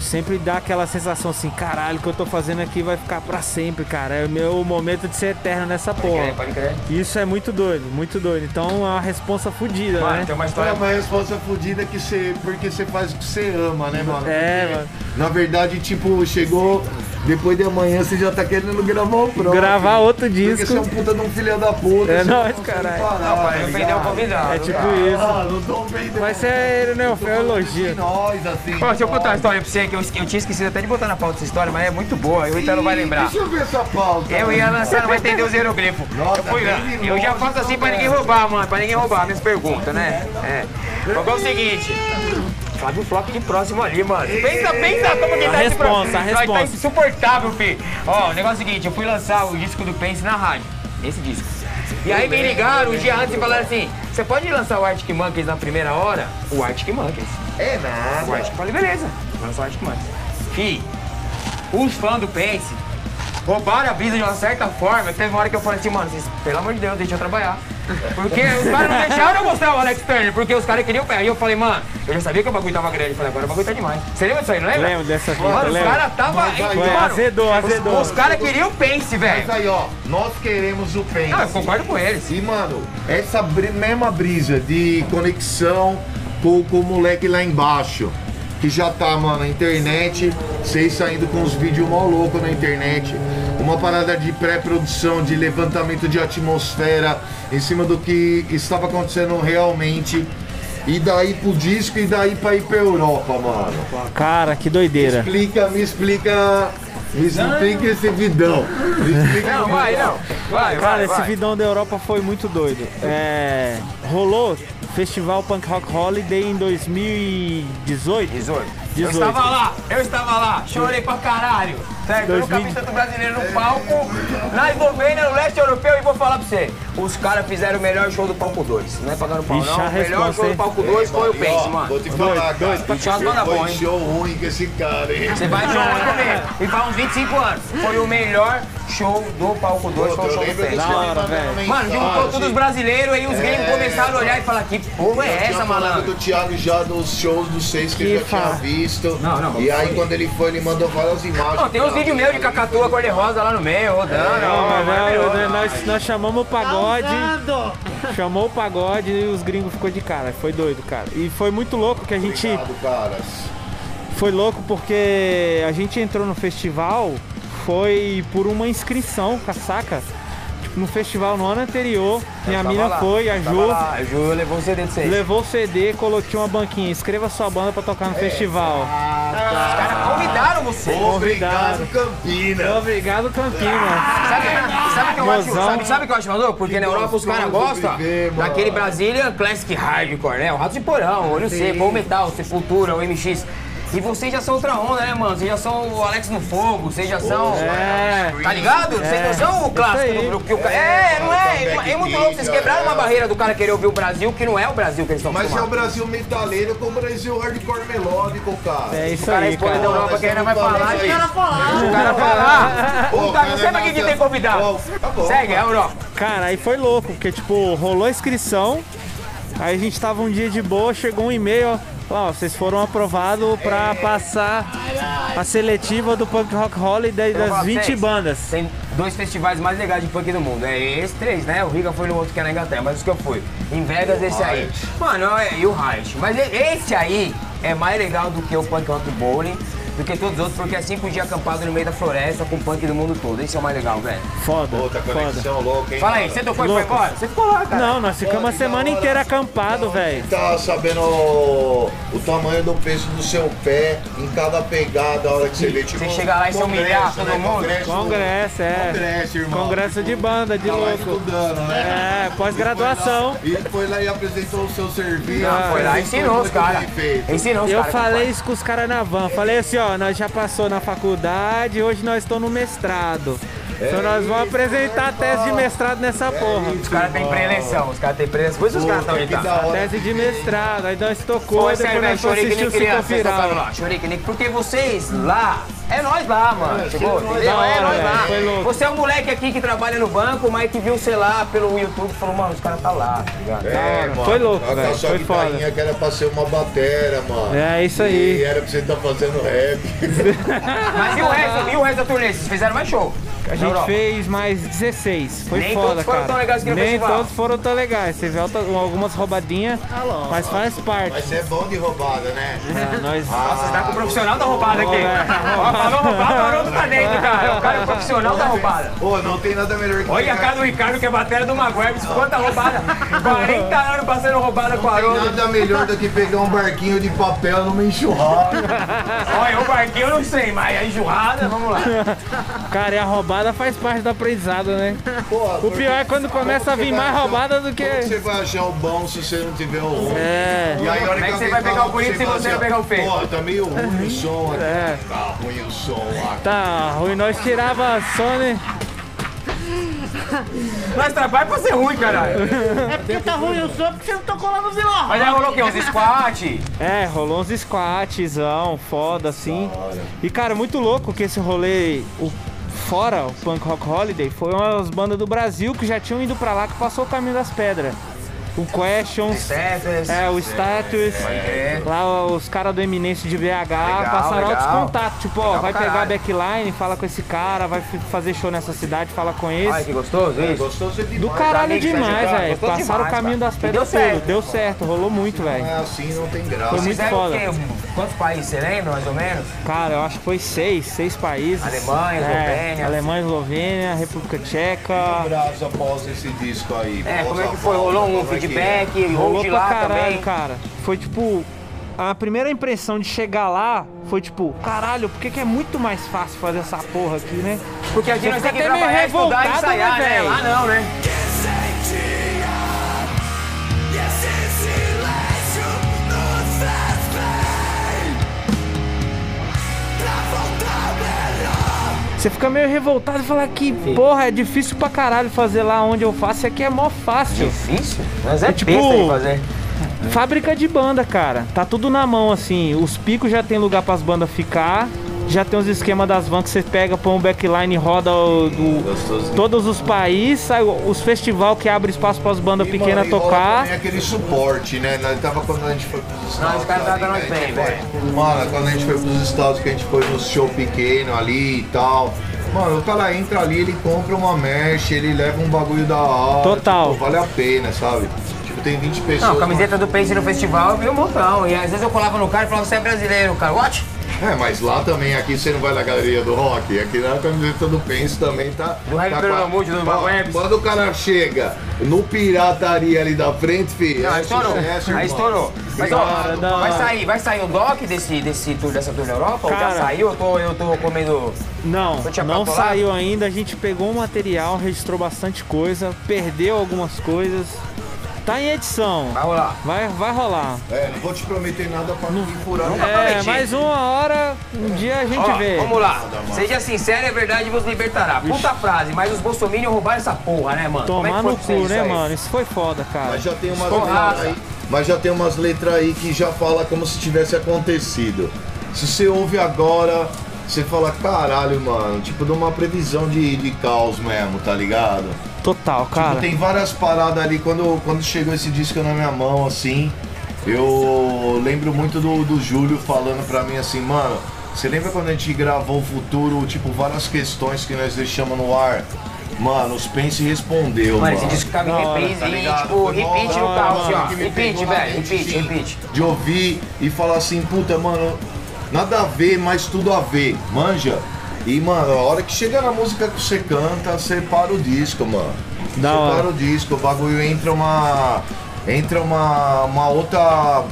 Speaker 7: sempre dá aquela sensação assim, caralho, o que eu tô fazendo aqui vai ficar pra sempre, cara. É o meu momento de ser eterno nessa
Speaker 4: Pode crer,
Speaker 7: porra.
Speaker 4: Pode crer.
Speaker 7: Isso é muito doido, muito doido. Então é uma responsa fodida,
Speaker 4: Mano,
Speaker 7: né?
Speaker 4: tem uma
Speaker 5: É
Speaker 4: história.
Speaker 5: uma resposta fodida que você. Porque você faz o que você ama, né,
Speaker 4: um
Speaker 5: mano?
Speaker 7: É,
Speaker 5: Porque,
Speaker 7: mano.
Speaker 5: Na verdade, tipo, chegou. Depois de amanhã você já tá querendo gravar o próximo.
Speaker 7: Gravar outro
Speaker 5: Porque você é
Speaker 7: disco.
Speaker 5: um puta de um filho da puta.
Speaker 7: É
Speaker 5: você
Speaker 7: nóis,
Speaker 5: consegue
Speaker 7: caralho.
Speaker 5: parar,
Speaker 4: Não, pra
Speaker 5: tá
Speaker 4: não perder o
Speaker 5: ligado?
Speaker 4: convidado.
Speaker 7: É tipo
Speaker 4: cara.
Speaker 7: isso.
Speaker 5: Ah, não tô vendo.
Speaker 7: Mas é, né? Foi um elogio.
Speaker 5: Nós, assim.
Speaker 4: Ó, deixa eu contar uma
Speaker 5: nós.
Speaker 4: história pra você que eu, eu tinha esquecido até de botar na pauta essa história, mas é muito boa, eu então não vai lembrar.
Speaker 5: Deixa eu ver essa pauta.
Speaker 4: Eu ia lançar, não vai entender os hieroglifos.
Speaker 5: Nossa,
Speaker 4: eu, fui lá.
Speaker 5: bem
Speaker 4: eu já
Speaker 5: longe,
Speaker 4: faço assim
Speaker 5: então,
Speaker 4: pra ninguém
Speaker 5: velho.
Speaker 4: roubar, mano. Pra ninguém roubar minhas perguntas, né? É. Mas é o seguinte. Flávio Flop de próximo ali, mano. Pensa, pensa como que
Speaker 7: A
Speaker 4: tá esse pro-
Speaker 7: responsa, a
Speaker 4: Nós Tá
Speaker 7: responsa.
Speaker 4: insuportável, filho. Ó, o negócio é o seguinte, eu fui lançar o disco do Pense na rádio. Esse disco. E aí me ligaram um dia antes e falaram assim, você pode lançar o Arctic Monkeys na primeira hora? O Arctic Monkeys.
Speaker 5: É nada.
Speaker 4: O Arctic, falei, beleza. Vou lançar o Arctic Monkeys. Fih, os fãs um do Pense roubaram a brisa de uma certa forma. Teve uma hora que eu falei assim, mano, vocês, pelo amor de Deus, deixa eu trabalhar. Porque os caras não deixaram eu mostrar o Alex Turner, porque os caras queriam o pé. Aí eu falei, mano, eu já sabia que o bagulho tava grande. Eu falei, agora o bagulho tá demais. Você lembra disso aí, não lembra?
Speaker 7: Lembro dessa fita,
Speaker 4: Mano, os
Speaker 7: lembro.
Speaker 4: caras tava.
Speaker 5: Foi,
Speaker 4: mano,
Speaker 7: azedou, azedou.
Speaker 4: Os, os caras queriam o Pense,
Speaker 5: Mas
Speaker 4: velho.
Speaker 5: aí, ó, nós queremos o Pense.
Speaker 4: Ah, eu concordo com eles.
Speaker 5: E, mano, essa bri- mesma brisa de conexão com, com o moleque lá embaixo. Que já tá, mano, na internet, vocês saindo com uns vídeos mó louco na internet. Uma parada de pré-produção, de levantamento de atmosfera em cima do que estava acontecendo realmente. E daí pro disco e daí pra ir pra Europa, mano.
Speaker 7: Cara, que doideira.
Speaker 5: Explica, me explica. Me explica esse vidão. Me explica
Speaker 4: Não,
Speaker 5: esse
Speaker 4: vai,
Speaker 5: vidão.
Speaker 4: não. Vai,
Speaker 7: Cara,
Speaker 4: vai,
Speaker 7: esse
Speaker 4: vai.
Speaker 7: vidão da Europa foi muito doido. É, rolou Festival Punk Rock Holiday em 2018.
Speaker 4: 18. Eu
Speaker 7: 18.
Speaker 4: estava lá, eu estava lá, chorei pra caralho. Certo? Eu nunca vi
Speaker 7: 2000.
Speaker 4: tanto brasileiro no palco, na Eslovênia, no leste né, europeu, e vou falar pra você. Os caras fizeram o melhor show do palco 2. Não é pagando pau,
Speaker 7: Ixi,
Speaker 4: não.
Speaker 7: a
Speaker 4: O melhor
Speaker 7: resposta,
Speaker 4: show do
Speaker 7: hein?
Speaker 4: palco 2 foi o
Speaker 5: Mano, e ó,
Speaker 4: Pense, mano.
Speaker 5: Vou te falar, cara.
Speaker 4: doido, tá tirando nota
Speaker 5: foi
Speaker 4: boa, hein?
Speaker 5: show ruim com esse cara, hein?
Speaker 4: Você vai jogar
Speaker 7: é.
Speaker 4: comigo. E faz uns 25 anos. Foi o melhor show do palco 2, foi o show do
Speaker 5: lembro
Speaker 4: Pense.
Speaker 5: desse cara né? mandando mensagem.
Speaker 4: Mano, juntou todos os brasileiros aí os gringos
Speaker 5: É.
Speaker 4: começaram a olhar e falar que porra é
Speaker 5: Eu tinha
Speaker 4: essa,
Speaker 5: falado
Speaker 4: malandro?
Speaker 5: do Thiago já nos shows dos seis que,
Speaker 7: Que
Speaker 5: eu já tinha
Speaker 7: fa-
Speaker 5: visto.
Speaker 4: Não, não,
Speaker 5: E aí quando ele foi, ele mandou várias imagens.
Speaker 4: Não, tem uns vídeos meus de cacatua cor-de-rosa lá no meio, rodando.
Speaker 7: Não,
Speaker 4: ó, maravilhoso.
Speaker 7: não, É, nós, nós chamamos o pagode,
Speaker 6: Usando.
Speaker 7: chamou o pagode e os gringos ficou de cara. Foi doido, cara. E foi muito louco que a gente.
Speaker 5: Obrigado, caras.
Speaker 7: Foi louco porque a gente entrou no festival, foi por uma inscrição, saca? Tipo, no festival no ano anterior, minha
Speaker 4: Eu tava
Speaker 7: mina
Speaker 4: lá,
Speaker 7: foi, a
Speaker 4: eu
Speaker 7: Ju.
Speaker 4: tava lá, A Ju levou o CD de vocês.
Speaker 7: Levou o CD, coloquei uma banquinha, escreva sua banda pra tocar no festival.
Speaker 4: Os caras convidaram você.
Speaker 5: Obrigado, Campinas.
Speaker 7: Obrigado, Campinas.
Speaker 4: Sabe, sabe, que eu acho,
Speaker 7: Mozão.
Speaker 4: sabe, sabe que eu acho maluco? Porque na Europa os caras
Speaker 5: gostoso
Speaker 4: gostam
Speaker 5: viver, mano.
Speaker 4: daquele Brasília Classic Hardcore, né? O Rato de Porão, Olho Seco, ou Metal, Sepultura, o MX. E vocês já são outra onda, né, mano? Vocês já são o Alex no Fogo, vocês já são...
Speaker 7: É.
Speaker 4: Tá ligado? Vocês não são o clássico
Speaker 7: aí.
Speaker 4: do grupo que o cara. É, não é?
Speaker 5: Comeback
Speaker 4: É, muito louco. Vocês
Speaker 5: ninja,
Speaker 4: quebraram uma
Speaker 5: é.
Speaker 4: barreira do cara querer ouvir o Brasil, que não é o Brasil que eles estão
Speaker 5: Mas é o
Speaker 4: acostumados.
Speaker 5: Brasil metaleiro com o Brasil hardcore melódico, cara.
Speaker 7: É isso
Speaker 4: O cara
Speaker 7: aí,
Speaker 4: responde da
Speaker 7: cara.
Speaker 4: Europa que ainda vai um falar
Speaker 5: Deixa o cara
Speaker 4: disso. Deixa o cara falar.
Speaker 5: Ô,
Speaker 4: Puta, não sei pra
Speaker 5: Renato,
Speaker 4: quem que tem convidado.
Speaker 5: ô, tá bom,
Speaker 4: Segue, é
Speaker 5: mano.
Speaker 4: Europa.
Speaker 7: Cara, aí foi louco, porque tipo, rolou a inscrição, aí a gente tava um dia de boa, chegou um e-mail, ó, ó, vocês foram aprovados pra passar a seletiva do Punk Rock Holiday
Speaker 4: Eu
Speaker 7: das
Speaker 4: falo,
Speaker 7: 20
Speaker 4: "Vocês,
Speaker 7: bandas.
Speaker 4: Tem dois festivais mais legais de punk do mundo. É esse três, né? O Riga foi no outro que é na Inglaterra, mas os que eu fui. Em Vegas, esse aí.
Speaker 5: Riot.
Speaker 4: Mano, é- e o Riot. Mas e- esse aí é mais legal do que o punk rock bowling. Do que todos os outros, porque é cinco dias acampado no meio da floresta com punk do mundo todo. Esse é o mais legal, velho.
Speaker 7: Foda,
Speaker 5: Outra
Speaker 7: foda.
Speaker 5: conexão louca, hein?
Speaker 4: Fala aí,
Speaker 5: cara?
Speaker 4: você tocou e foi
Speaker 7: Louco.
Speaker 4: embora? Você ficou lá, cara.
Speaker 7: Não, nós ficamos a
Speaker 5: Olha,
Speaker 7: semana
Speaker 5: da hora.
Speaker 7: inteira acampado, velho.
Speaker 5: Tá sabendo o, o tamanho do peso do seu pé em cada pegada, a hora que você vê, tipo... né?
Speaker 4: Você chega lá e se humilhar todo mundo?
Speaker 7: Congresso, é.
Speaker 5: Congresso, irmão.
Speaker 7: Congresso de banda, de
Speaker 5: Tá lá
Speaker 7: louco.
Speaker 5: estudando, né?
Speaker 7: É, pós-graduação.
Speaker 5: E foi lá e apresentou o seu serviço.
Speaker 4: Ah, foi lá,
Speaker 5: Fez
Speaker 4: ensinou
Speaker 5: tudo
Speaker 4: os caras.
Speaker 5: bem feito.
Speaker 4: Ensinou os
Speaker 7: Eu
Speaker 4: caras. como
Speaker 7: falei
Speaker 4: faz.
Speaker 7: isso com os caras na van. Falei assim, ó, nós já passou na faculdade, hoje nós estamos no mestrado. Então nós vamos apresentar tese de mestrado
Speaker 4: É
Speaker 7: nessa porra.
Speaker 4: Os caras têm preleção, os caras têm preleção. Por isso os caras então, tá. estão
Speaker 5: Puta, é que
Speaker 4: irritados.
Speaker 5: da hora.
Speaker 7: Tese de mestrado, aí nós tocou
Speaker 4: Pô,
Speaker 7: e depois
Speaker 4: sério, velho,
Speaker 7: nós
Speaker 4: chorei que
Speaker 7: assistimos
Speaker 4: nem
Speaker 7: o ciclo
Speaker 4: criança, tá vocês tocaram
Speaker 7: viral.
Speaker 4: lá. Chorei que nem... Porque vocês lá, é nós lá, mano. Chegou, entendeu?
Speaker 7: Da
Speaker 4: é
Speaker 7: hora,
Speaker 4: nós
Speaker 7: velho,
Speaker 4: lá.
Speaker 7: foi louco.
Speaker 4: Você é um moleque aqui que trabalha no banco, mas que viu, sei lá, pelo YouTube, falou, mano, os caras tá lá, tá ligado?
Speaker 5: É, mano.
Speaker 7: Foi louco,
Speaker 5: Toca
Speaker 7: velho,
Speaker 5: só
Speaker 7: foi
Speaker 5: a guitarrinha
Speaker 7: foda.
Speaker 5: que era pra ser uma batera, mano.
Speaker 7: É, isso
Speaker 5: E
Speaker 7: aí.
Speaker 5: era pra você estar fazendo rap.
Speaker 4: Mas e o resto, e o resto da turnê? Vocês fizeram mais show?
Speaker 7: A gente fez mais 16. Foi
Speaker 4: Nem
Speaker 7: foda,
Speaker 4: todos foram
Speaker 7: cara.
Speaker 4: tão legais que no
Speaker 7: Nem
Speaker 4: festival.
Speaker 7: todos foram tão legais. Teve alta- algumas roubadinhas, mas faz parte.
Speaker 5: Mas você é bom de roubada, né?
Speaker 7: Ah, nós...
Speaker 4: Nossa, você tá com o profissional da roubada aqui.
Speaker 7: Ó, velho.
Speaker 4: Ó, falou roubada, o Haroldo tá dentro, cara. O cara é o profissional da roubada.
Speaker 5: Ô, não tem nada melhor que
Speaker 4: Olha a
Speaker 5: pegar-
Speaker 4: cara do Ricardo, que é batera do Maguire. Quanta roubada. 40 anos passando roubada com o
Speaker 5: Tem
Speaker 4: Haroldo.
Speaker 5: nada melhor do que pegar um barquinho de papel numa enxurrada.
Speaker 4: Olha, o barquinho eu não sei, mas a enjoada, vamos lá.
Speaker 7: Cara, e a roubada faz parte do aprendizado, né?
Speaker 5: Pô,
Speaker 7: O pior é quando começa a vir mais roubada do que.
Speaker 5: Como você vai achar o bom se você não tiver o ruim?
Speaker 7: É.
Speaker 5: E aí, a hora
Speaker 4: Como é que você
Speaker 5: alguém
Speaker 4: vai
Speaker 5: fala,
Speaker 4: pegar o bonito se
Speaker 5: fala
Speaker 4: você
Speaker 5: assim,
Speaker 4: não pegar o feio?
Speaker 5: Pô, tá meio ruim o som aqui.
Speaker 7: É.
Speaker 5: Tá ruim o som aqui.
Speaker 7: Tá ruim, nós tirava a Sony.
Speaker 4: Nós trabalha pra ser ruim, caralho.
Speaker 6: É porque tá ruim o som porque você não tocou lá no vilão.
Speaker 4: Mas aí rolou o quê? Uns squat?
Speaker 7: É, rolou uns squatzão, foda assim. E cara, muito louco que esse rolê o, fora, o Punk Rock Holiday, foi umas bandas do Brasil que já tinham ido pra lá que passou o caminho das pedras. O Questions.
Speaker 4: Status.
Speaker 7: É, o Status,
Speaker 4: é.
Speaker 7: lá os caras do Eminência de BH passaram
Speaker 4: legal.
Speaker 7: altos contatos. Tipo, ó,
Speaker 4: Legal
Speaker 7: vai
Speaker 4: pra
Speaker 7: pegar
Speaker 4: caralho.
Speaker 7: backline, fala com esse cara, vai f- fazer show nessa cidade, fala com esse.
Speaker 4: Ai, que gostoso isso.
Speaker 5: Gostoso demais.
Speaker 7: É
Speaker 5: Tá
Speaker 7: Do caralho é
Speaker 4: amigos, né,
Speaker 7: demais,
Speaker 4: cara?
Speaker 7: velho.
Speaker 4: Gostou
Speaker 7: Passaram o
Speaker 4: demais,
Speaker 7: caminho
Speaker 4: cara.
Speaker 7: das
Speaker 4: E
Speaker 7: pedras
Speaker 4: deu certo.
Speaker 7: todo. Deu certo, rolou muito, velho.
Speaker 5: É assim, não tem
Speaker 7: Foi
Speaker 5: graça.
Speaker 7: muito
Speaker 4: Fizeram é o
Speaker 7: foda.
Speaker 4: quê? Um- Quantos países você lembra, mais ou menos?
Speaker 7: Cara, eu acho que foi seis, seis países. É,
Speaker 4: Alemanha, Eslovênia.
Speaker 7: Alemanha, Eslovênia, República Tcheca.
Speaker 5: Braço após esse disco aí.
Speaker 4: É,
Speaker 5: após
Speaker 4: como é
Speaker 5: a
Speaker 4: que foi?
Speaker 5: volta,
Speaker 4: Rolou um
Speaker 5: como é que é?
Speaker 4: feedback, rolou
Speaker 7: Rolou
Speaker 4: de
Speaker 7: pra
Speaker 4: lá
Speaker 7: caralho,
Speaker 4: também.
Speaker 7: cara. Foi tipo. A primeira impressão de chegar lá foi tipo, caralho, por que, que é muito mais fácil fazer essa porra aqui, né?
Speaker 4: Porque a gente
Speaker 7: Você
Speaker 4: nós
Speaker 7: fica
Speaker 4: tem que
Speaker 7: até meio
Speaker 4: trabalhar, estudar e
Speaker 7: revoltado, né,
Speaker 4: ensaiar, né?
Speaker 7: velho?
Speaker 4: Lá não, né?
Speaker 7: Você fica meio revoltado e fala que, porra, é difícil pra caralho fazer lá onde eu faço, isso aqui é mó fácil.
Speaker 4: Difícil? Mas é
Speaker 7: É tipo-
Speaker 4: besta de fazer.
Speaker 7: Fábrica de banda, cara. Tá tudo na mão, assim. Os picos já tem lugar pras bandas ficar. Já tem os esquemas das vans que você pega, põe um backline, roda o, do- todos os países, sai o- os festival que abre espaço pras bandas
Speaker 5: E,
Speaker 7: pequenas
Speaker 5: mano, e rola
Speaker 7: tocar.
Speaker 5: também aquele suporte, né? Nós tava quando a gente foi pros Estados.
Speaker 4: os caras
Speaker 5: ali,
Speaker 4: tratam nós
Speaker 5: que a gente
Speaker 4: bem,
Speaker 5: foi- Mano, quando a gente foi pros Estados, que a gente foi no show pequeno ali e tal. Mano, o cara entra ali, ele compra uma merch, ele leva um bagulho da hora.
Speaker 7: Total.
Speaker 5: tipo, vale a pena, sabe? Tipo, tem 20 pessoas.
Speaker 4: Não, camiseta do Pense no festival eu vi um montão. E às vezes eu colava no cara e falava, você é brasileiro, cara. What?
Speaker 5: É, mas lá também, aqui você não vai na galeria do rock. Aqui na camiseta do Pense também tá.
Speaker 4: Do Heavy
Speaker 5: tá
Speaker 4: Pernambuco, do Bob Evans.
Speaker 5: Quando o cara chega no pirataria ali da frente, filho.
Speaker 4: Não,
Speaker 5: é
Speaker 4: aí estourou.
Speaker 5: sucesso,
Speaker 4: Aí
Speaker 5: irmão.
Speaker 4: estourou. Mas ó,
Speaker 5: Obrigado,
Speaker 7: da-
Speaker 4: vai sair, vai sair o doc desse, desse tour, dessa tour na Europa? Ou já
Speaker 7: Cara.
Speaker 4: saiu? Eu tô, eu tô comendo.
Speaker 7: Não,
Speaker 4: Não tinha
Speaker 7: não
Speaker 4: papo lá?
Speaker 7: saiu ainda. A gente pegou o material, registrou bastante coisa, perdeu algumas coisas. Tá em edição.
Speaker 4: Vai rolar.
Speaker 7: Vai, vai rolar.
Speaker 5: É, não vou te prometer nada pra não furar.
Speaker 4: Nunca
Speaker 7: É,
Speaker 4: prometi.
Speaker 7: mais uma hora, um dia a gente
Speaker 4: Tá Ó,
Speaker 7: vê.
Speaker 4: vamos lá. é Seja sincero, é verdade vos libertará. Puta frase, mas os bolsominions roubaram essa porra, né, mano? Como é
Speaker 7: Tomar
Speaker 4: que foi
Speaker 7: no
Speaker 4: pra
Speaker 7: cu,
Speaker 4: vocês
Speaker 7: né,
Speaker 4: isso aí?
Speaker 7: mano? Isso foi foda, cara.
Speaker 5: Mas já tem umas
Speaker 4: Estourada.
Speaker 5: letras aí. Mas já tem umas letras aí que já fala como se tivesse acontecido. Se você ouve agora, você fala, caralho, mano, tipo, de uma previsão de, de caos mesmo, tá ligado?
Speaker 7: Total, cara.
Speaker 5: Tem várias paradas ali, quando, quando chegou esse disco na minha mão, assim, eu lembro muito do, do Júlio falando pra mim assim, mano, você lembra quando a gente gravou o futuro, tipo, várias questões que nós deixamos no ar? Mano, os Pense respondeu,
Speaker 4: Mano,
Speaker 5: mano.
Speaker 4: esse disco ficava em reprise,
Speaker 5: tá
Speaker 4: e,
Speaker 5: ligado?
Speaker 4: tipo,
Speaker 5: Foi mó
Speaker 4: repeat
Speaker 5: da
Speaker 4: no
Speaker 5: hora,
Speaker 4: carro, assim, ó.
Speaker 5: que me
Speaker 4: Repeat,
Speaker 5: pegou na
Speaker 4: velho,
Speaker 5: mente,
Speaker 4: repeat,
Speaker 5: assim,
Speaker 4: repeat.
Speaker 5: De ouvir e falar assim, puta, mano, nada a ver, mas tudo a ver, manja? E, mano, a hora que chega na música que você canta, você para o disco, mano.
Speaker 7: Da
Speaker 5: você
Speaker 7: hora.
Speaker 5: para o disco, o bagulho entra uma. Entra uma, uma outra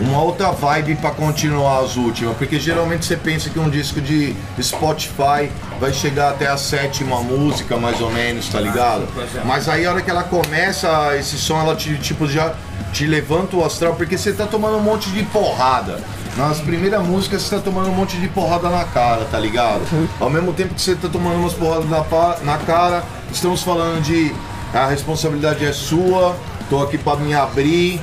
Speaker 5: uma outra vibe pra continuar as últimas, porque geralmente você pensa que um disco de Spotify vai chegar até a sétima música, mais ou menos, tá ligado? Mas aí a hora que ela começa esse som, ela te tipo já te levanta o astral, porque você tá tomando um monte de porrada. Nas primeiras músicas você tá tomando um monte de porrada na cara, tá ligado? Ao mesmo tempo que você tá tomando umas porradas na, pa- na cara, estamos falando de a responsabilidade é sua, tô aqui pra me abrir,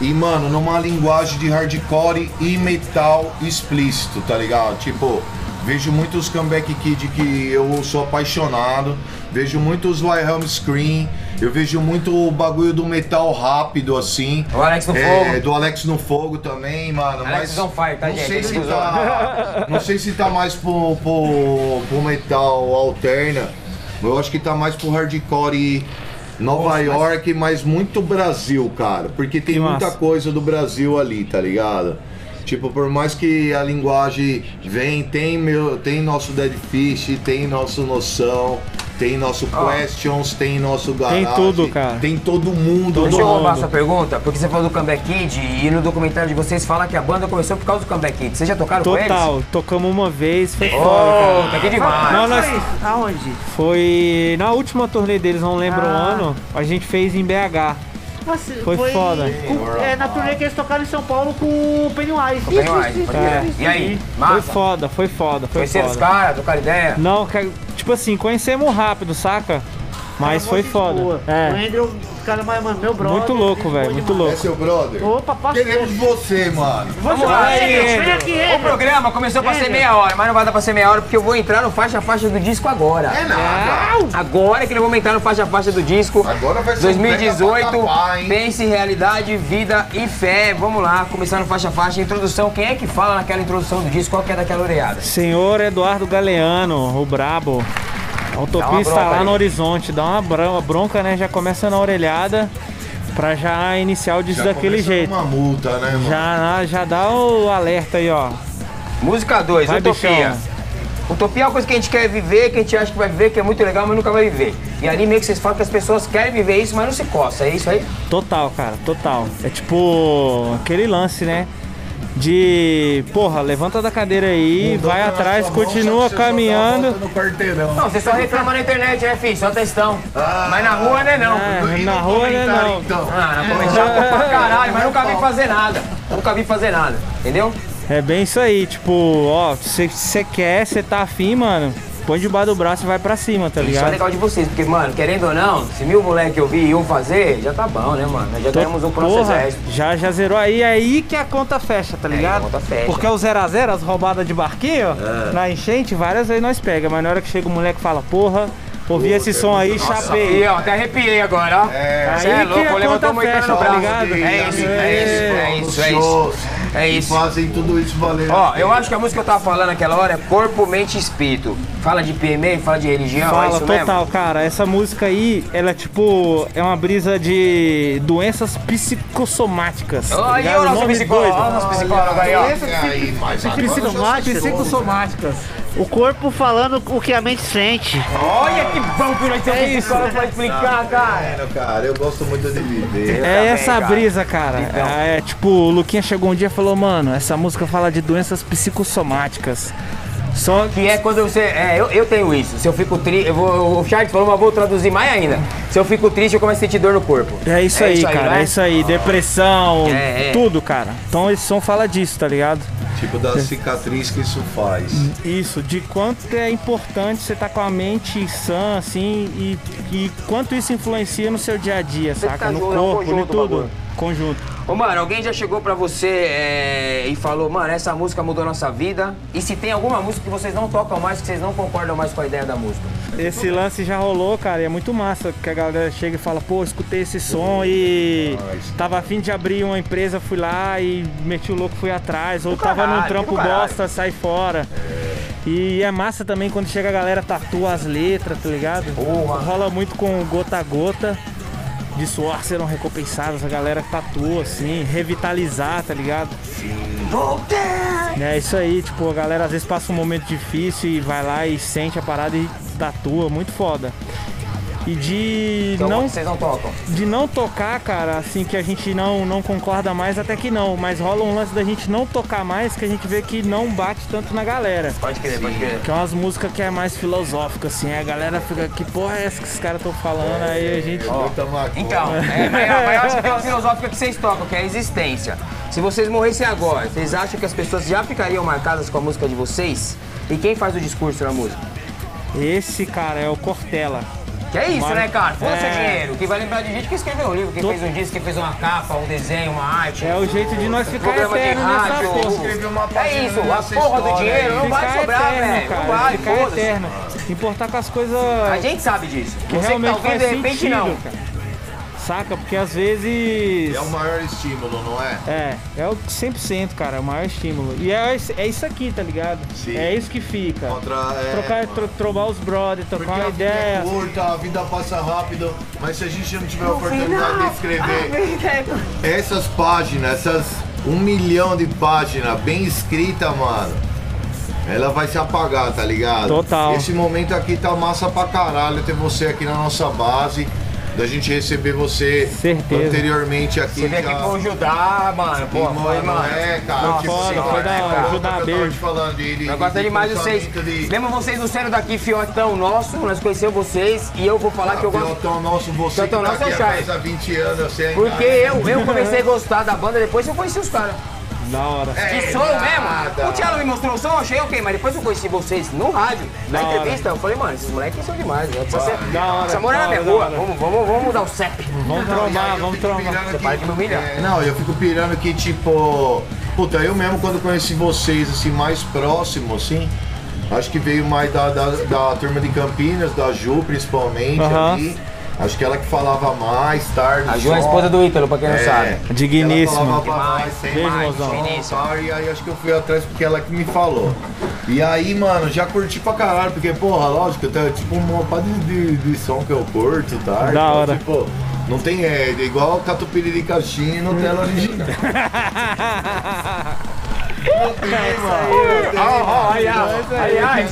Speaker 5: e, mano, numa linguagem de hardcore e metal explícito, tá ligado? Tipo, vejo muitos comeback kid que eu sou apaixonado, vejo muitos Wilhelm Scream, eu vejo muito o bagulho do metal rápido, assim.
Speaker 4: O Alex no
Speaker 5: É,
Speaker 4: Fogo.
Speaker 5: Do Alex no Fogo também, mano.
Speaker 4: Alex
Speaker 5: mas
Speaker 4: on fire, tá,
Speaker 5: não
Speaker 4: gente?
Speaker 5: Sei se
Speaker 4: Ele
Speaker 5: tá, não sei se tá mais pro, pro, pro metal alterna, eu acho que tá mais pro hardcore Nova York, mas... muito Brasil, cara. Porque tem
Speaker 7: Que
Speaker 5: muita
Speaker 7: massa.
Speaker 5: coisa do Brasil ali, tá ligado? Tipo, por mais que a linguagem vem, tem meu, tem nosso Dead Fish, tem nosso Noção, tem nosso Questions, tem nosso Garage.
Speaker 7: tudo, cara.
Speaker 5: Tem todo mundo.
Speaker 4: Deixa eu
Speaker 5: mano.
Speaker 4: roubar a sua pergunta, porque você falou do Comeback Kid e no documentário de vocês fala que a banda começou por causa do Comeback Kid. Vocês já tocaram com eles?
Speaker 7: Total, tocamos uma vez, foi foda,
Speaker 4: Oh, tá aqui demais.
Speaker 7: cara. Não, nós-
Speaker 6: Aonde?
Speaker 7: Foi na última turnê deles, não lembro o
Speaker 6: Ah.
Speaker 7: ano, a gente fez em BH.
Speaker 6: Nossa,
Speaker 7: Foi foda.
Speaker 6: com- é, na turnê que eles tocaram em São Paulo com o Pennywise.
Speaker 4: Bem mais, pode crer. E
Speaker 7: Foi
Speaker 4: aí, massa?
Speaker 7: foda, foi foda, foi
Speaker 4: Conheceram os
Speaker 7: foda.
Speaker 4: caras, trocaram ideia?
Speaker 7: Não, cara, tipo assim, conhecemos rápido, saca? Mas foi foda.
Speaker 6: O
Speaker 7: É,
Speaker 6: Andrew, o cara, mas, mano, meu brother.
Speaker 7: muito louco,
Speaker 6: gente
Speaker 7: velho,
Speaker 6: boa
Speaker 7: muito
Speaker 5: É
Speaker 6: demais.
Speaker 7: louco.
Speaker 5: seu brother?
Speaker 6: Opa, passou.
Speaker 5: Queremos você, mano.
Speaker 4: Vamos lá,
Speaker 6: Vem
Speaker 4: Andrew.
Speaker 6: aqui,
Speaker 4: O
Speaker 6: Andrew.
Speaker 4: programa começou pra ser
Speaker 6: Ele.
Speaker 4: meia hora, mas não vai dar pra ser meia hora porque eu vou entrar no faixa a faixa do disco agora.
Speaker 5: É nada.
Speaker 4: Agora que nós vamos entrar no faixa a faixa do disco.
Speaker 5: Agora vai ser
Speaker 4: 2018,
Speaker 5: um pega pra tapar, hein?
Speaker 4: pense realidade, vida e fé. Vamos lá, começando faixa a faixa, introdução. Quem é que fala naquela introdução do disco? Qual que é daquela oreada?
Speaker 7: Senhor Eduardo Galeano, o brabo. Autopista
Speaker 4: bronca
Speaker 7: lá
Speaker 4: aí.
Speaker 7: no horizonte, dá uma bron- uma bronca, né? Já começa na orelhada pra já iniciar o disco
Speaker 5: Já
Speaker 7: é daquele
Speaker 5: começa
Speaker 7: jeito.
Speaker 5: Uma multa, né, mano?
Speaker 7: Já, já dá o alerta aí, ó.
Speaker 4: Música 2,
Speaker 7: Vai,
Speaker 4: Utopia.
Speaker 7: bichão.
Speaker 4: Utopia é uma coisa que a gente quer viver, que a gente acha que vai viver, que é muito legal, mas nunca vai viver. E ali meio que vocês falam que as pessoas querem viver isso, mas não se coça, é isso aí?
Speaker 7: Total, cara, total. É tipo aquele lance, né? De, porra, levanta da cadeira aí, vai
Speaker 5: Dona
Speaker 7: atrás,
Speaker 5: Sua Mão,
Speaker 7: continua
Speaker 5: só pra você jogar a
Speaker 7: caminhando.
Speaker 5: volta No quarteirão.
Speaker 4: Não, você só reclama na internet, né, filho? Só textão. mas na rua, né, não.
Speaker 7: É,
Speaker 5: E no
Speaker 7: na rua, né,
Speaker 5: comentário,
Speaker 7: não.
Speaker 5: Então.
Speaker 4: É. Ah, na comercial, pô, pra caralho, mas nunca vim fazer nada. Nunca vim fazer nada, entendeu?
Speaker 7: É bem isso aí, tipo, ó, se você quer, você tá afim, mano, põe debaixo do braço e vai pra cima, tá
Speaker 4: Isso é
Speaker 7: ligado?
Speaker 4: legal de vocês, porque, mano, querendo ou não, se mil moleque eu vi iam fazer, já tá bom, né, mano? Nós já ganhamos um pro nosso
Speaker 7: Porra,
Speaker 4: exército.
Speaker 7: já, já zerou aí, é aí que a conta fecha, tá
Speaker 4: É aí
Speaker 7: ligado?
Speaker 4: a conta fecha.
Speaker 7: Porque o 0 a 0 as roubadas de barquinho,
Speaker 5: É.
Speaker 7: na enchente, várias vezes nós pega, mas na hora que chega o moleque fala, porra, ouvi esse som aí, chapei.
Speaker 4: E Tá ó, até arrepiei agora, ó.
Speaker 5: É.
Speaker 4: Cê é
Speaker 7: Aí que
Speaker 4: louco,
Speaker 7: a
Speaker 4: levantou
Speaker 7: conta
Speaker 4: muito
Speaker 7: fecha,
Speaker 4: no
Speaker 7: tá
Speaker 4: braço.
Speaker 7: ligado?
Speaker 4: É isso, é isso, é isso, é isso.
Speaker 5: Shows
Speaker 4: É
Speaker 5: que
Speaker 4: isso.
Speaker 5: fazem tudo isso valer. a
Speaker 4: Ó,
Speaker 5: pena.
Speaker 4: eu acho que a música que eu tava falando naquela hora é corpo, mente e espírito. Fala de PMA, fala de religião, é
Speaker 7: Fala,
Speaker 4: isso
Speaker 7: total,
Speaker 4: mesmo?
Speaker 7: cara. Essa música aí, ela é tipo. É uma brisa de doenças psicossomáticas. tá
Speaker 4: Ó, aí
Speaker 7: ligado?
Speaker 4: o nosso
Speaker 7: Nome
Speaker 4: psicólogo,
Speaker 7: doido. é
Speaker 4: ó, o nosso psicólogo aí, ó.
Speaker 5: Olha É aí, mas agora já
Speaker 6: Psicossomáticas.
Speaker 7: Psicossomáticas.
Speaker 6: O corpo falando o que a mente sente.
Speaker 4: Olha que bom que nós temos
Speaker 7: É
Speaker 4: um psicólogo pra explicar, cara.
Speaker 5: era, é, cara, eu gosto muito de viver.
Speaker 7: É
Speaker 6: tá
Speaker 4: também,
Speaker 7: essa
Speaker 4: cara.
Speaker 7: brisa, cara.
Speaker 4: Então.
Speaker 7: É, é, tipo, o Luquinha chegou um dia e falou, mano, essa música fala de doenças psicossomáticas. Só que
Speaker 4: Que é quando você. É, eu, eu tenho isso. Se eu fico triste. O Charles falou, mas vou traduzir mais ainda. Se eu fico triste, eu começo a sentir dor no corpo.
Speaker 7: é isso aí, cara.
Speaker 4: né?
Speaker 7: É isso aí. Depressão,
Speaker 4: É, é.
Speaker 7: tudo, cara. Então esse som fala disso, tá ligado?
Speaker 5: Tipo da cicatriz que isso faz.
Speaker 7: Isso, de quanto é importante você estar com a mente sã, assim, e, e quanto isso influencia no seu dia a dia,
Speaker 4: Você
Speaker 7: saca?
Speaker 4: tá
Speaker 7: no
Speaker 4: junto, é um
Speaker 7: corpo, em
Speaker 4: conjunto o
Speaker 7: tudo.
Speaker 4: bagulho.
Speaker 7: Conjunto.
Speaker 4: Ô, mano, alguém já chegou pra você é, e falou, mano, essa música mudou nossa vida? E se tem alguma música que vocês não tocam mais, que vocês não concordam mais com a ideia da música?
Speaker 7: Esse lance já rolou, cara, e é muito massa que a galera chega e fala, pô, escutei esse som e tava afim de abrir uma empresa, fui lá e meti o louco, fui atrás, ou tava
Speaker 4: caralho,
Speaker 7: num trampo
Speaker 4: do caralho.
Speaker 7: bosta, sai fora. E é massa também quando chega a galera tatua as letras, tá ligado?
Speaker 4: Porra.
Speaker 7: Rola muito com o gota a gota. De suor serão recompensados, a galera tatua assim, revitalizar, tá ligado? É isso aí, tipo, a galera às vezes passa um momento difícil e vai lá e sente a parada e tatua, muito foda. E de
Speaker 4: Então,
Speaker 7: não
Speaker 4: vocês não tocam.
Speaker 7: de não tocar, cara, assim que a gente não não concorda mais, até que não, mas rola um lance da gente não tocar mais que a gente vê que não bate tanto na galera.
Speaker 4: Pode crer, pode crer.
Speaker 7: Que é umas músicas que é mais filosófica, assim, aí a galera fica, que porra é essa que esses caras estão falando, aí a gente.
Speaker 5: Muita maconha.
Speaker 4: Então, é, mas, eu- mas eu acho que tem uma filosófica que vocês tocam, que é a existência. Se vocês morressem agora, vocês acham que as pessoas já ficariam marcadas com a música de vocês? E quem faz o discurso na música?
Speaker 7: Esse cara é o Cortella.
Speaker 4: Que é isso,
Speaker 7: Mano,
Speaker 4: né, cara? Força
Speaker 7: é.
Speaker 4: dinheiro. Quem vai lembrar de gente que escreveu o livro, quem
Speaker 7: Tô-
Speaker 4: fez um disco, quem fez uma capa, um desenho, uma arte.
Speaker 7: É o jeito de nós
Speaker 4: um
Speaker 7: ficar
Speaker 4: programa de
Speaker 7: eterno nessa
Speaker 4: rádio.
Speaker 7: porra.
Speaker 4: É isso, a
Speaker 5: dessa
Speaker 4: porra do
Speaker 5: história
Speaker 4: dinheiro não vai
Speaker 7: Ficar
Speaker 4: sobrar,
Speaker 7: eterno,
Speaker 4: velho. Não
Speaker 7: cara,
Speaker 4: vai,
Speaker 7: ficar
Speaker 4: foda-se.
Speaker 7: eterno. Importar com as coisas
Speaker 4: A gente sabe disso.
Speaker 7: que
Speaker 4: Você que tá
Speaker 7: realmente
Speaker 4: ouvindo,
Speaker 7: faz
Speaker 4: de repente
Speaker 7: sentido,
Speaker 4: não.
Speaker 7: cara. Saca? Porque às vezes...
Speaker 5: É o maior estímulo, não é?
Speaker 7: É, é o 100%, cara, é o maior estímulo. E é, esse- é isso aqui, tá ligado?
Speaker 5: Sim.
Speaker 7: É isso que fica.
Speaker 5: Contra- é,
Speaker 7: Trocar,
Speaker 5: mano.
Speaker 7: tro, trovar os brothers,
Speaker 5: Porque
Speaker 7: trocar
Speaker 5: a
Speaker 7: uma
Speaker 5: vida é
Speaker 7: ideia.
Speaker 5: curta, a vida passa rápido, mas se a gente não é tiver a oportunidade de escrever essas páginas, essas um milhão de páginas bem escrita, mano, ela vai se apagar, tá ligado?
Speaker 7: Total.
Speaker 5: Esse momento aqui tá massa pra caralho ter você aqui na nossa base, da gente receber você
Speaker 7: Certeza.
Speaker 5: anteriormente aqui.
Speaker 4: Você veio aqui
Speaker 5: já.
Speaker 4: pra ajudar, mano.
Speaker 5: E,
Speaker 4: um Pô, foi, mano.
Speaker 5: É, cara.
Speaker 4: Nossa,
Speaker 5: tipo,
Speaker 7: foda,
Speaker 5: assim,
Speaker 7: foi
Speaker 5: ó,
Speaker 7: da
Speaker 5: é,
Speaker 7: hora,
Speaker 5: cara,
Speaker 7: ajudar
Speaker 5: o que eu
Speaker 7: beijo.
Speaker 5: tava te falando de- de-
Speaker 4: Eu gosto
Speaker 5: de
Speaker 4: demais é de vocês.
Speaker 5: um pensamento de-
Speaker 4: Lembra vocês não sendo daqui, fiotão nosso, nós conhecemos vocês e eu vou falar Ah, que eu gosto.
Speaker 5: Pelotão nosso, você
Speaker 4: Pelotão
Speaker 5: que tá
Speaker 4: nosso é
Speaker 5: aqui
Speaker 4: o
Speaker 5: há
Speaker 4: Charles.
Speaker 5: mais há 20 anos, você ainda-
Speaker 4: Porque eu, eu comecei a gostar da banda depois que eu conheci os caras.
Speaker 7: Da hora.
Speaker 5: É
Speaker 4: Que som mesmo?
Speaker 5: nada.
Speaker 4: O Thiago me mostrou o som, eu achei ok, mas depois que eu conheci vocês no rádio, na
Speaker 7: Da hora.
Speaker 4: entrevista, eu falei, mano, esses moleques são demais. Né? Precisa ser...
Speaker 7: Da hora,
Speaker 4: Precisa morar na
Speaker 7: da
Speaker 4: minha
Speaker 7: hora,
Speaker 4: rua.
Speaker 7: da hora.
Speaker 4: Vamos, vamos, vamos mudar o CEP.
Speaker 7: Vamos
Speaker 5: Não, e aí
Speaker 7: trombar,
Speaker 5: eu
Speaker 7: vamos
Speaker 5: fico
Speaker 7: trombar.
Speaker 5: pirando
Speaker 4: Você
Speaker 5: que-
Speaker 4: para de me humilhar.
Speaker 5: é, não, eu fico pirando que, tipo... Puta, eu mesmo quando conheci vocês, assim, mais próximo, assim... Acho que veio mais da, da, da turma de Campinas, da Ju, principalmente,
Speaker 7: Aham.
Speaker 5: ali. Acho que ela que falava mais tarde.
Speaker 4: A Ju é a
Speaker 5: só.
Speaker 4: esposa do Ítalo, pra quem não
Speaker 5: É.
Speaker 4: sabe.
Speaker 7: Digníssimo.
Speaker 5: Ela falava pra nós, sem
Speaker 7: Beijo,
Speaker 5: mais,
Speaker 7: mozão.
Speaker 5: sem tal, E aí acho que eu fui atrás porque ela que me falou. E aí, mano, já curti pra caralho, porque, porra, lógico, eu tenho tipo uma pá de, de, de som que eu curto, tá?
Speaker 7: Da
Speaker 5: Então,
Speaker 7: hora.
Speaker 5: Tipo, não tem é, é igual Catupiry de Caixinha e Nutella original.
Speaker 4: Ó, ó, aí, ó. Aliás,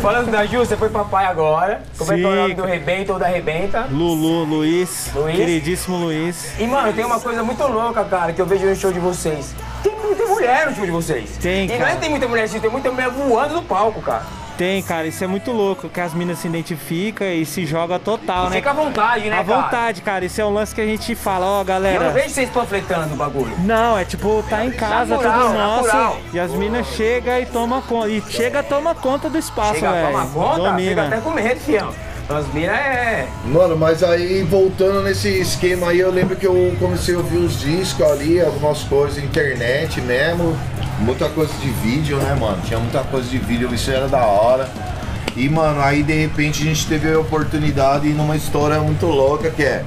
Speaker 4: falando da Ju, você foi papai agora. Como é que é o
Speaker 7: Sim.
Speaker 4: nome do rebento ou da rebenta?
Speaker 7: Lulu, Luiz,
Speaker 4: Luiz?
Speaker 7: queridíssimo Luiz.
Speaker 4: E, mano, tem uma coisa muito louca, cara, que eu vejo no show de vocês. Tem muita mulher no show de vocês.
Speaker 7: Tem,
Speaker 4: e não é
Speaker 7: cara.
Speaker 4: que tem muita mulher, assim, tem muita mulher voando no palco, cara.
Speaker 7: Tem, cara, isso é muito louco, que as minas se identificam e se joga total, né?
Speaker 4: Fica à vontade, né,
Speaker 7: à
Speaker 4: cara?
Speaker 7: vontade, é. cara. Isso é um lance que a gente fala, ó,
Speaker 4: Eu não
Speaker 7: galera.
Speaker 4: vejo vocês panfletando o bagulho.
Speaker 7: Não, é tipo, tá em casa,
Speaker 4: moral,
Speaker 7: tudo
Speaker 4: na moral.
Speaker 7: nosso. E as minas chegam e toma conta. E chega toma conta do espaço,
Speaker 4: Chega a
Speaker 7: velho.
Speaker 4: tomar conta, fica
Speaker 7: Domina.
Speaker 4: até com medo, fião. As minas é...
Speaker 5: Mano, mas aí voltando nesse esquema aí, eu lembro que eu comecei a ouvir os discos ali, algumas coisas, internet mesmo, muita coisa de vídeo, né, mano? Tinha muita coisa de vídeo, isso era da hora. E, mano, aí de repente a gente teve a oportunidade e numa história muito louca que é.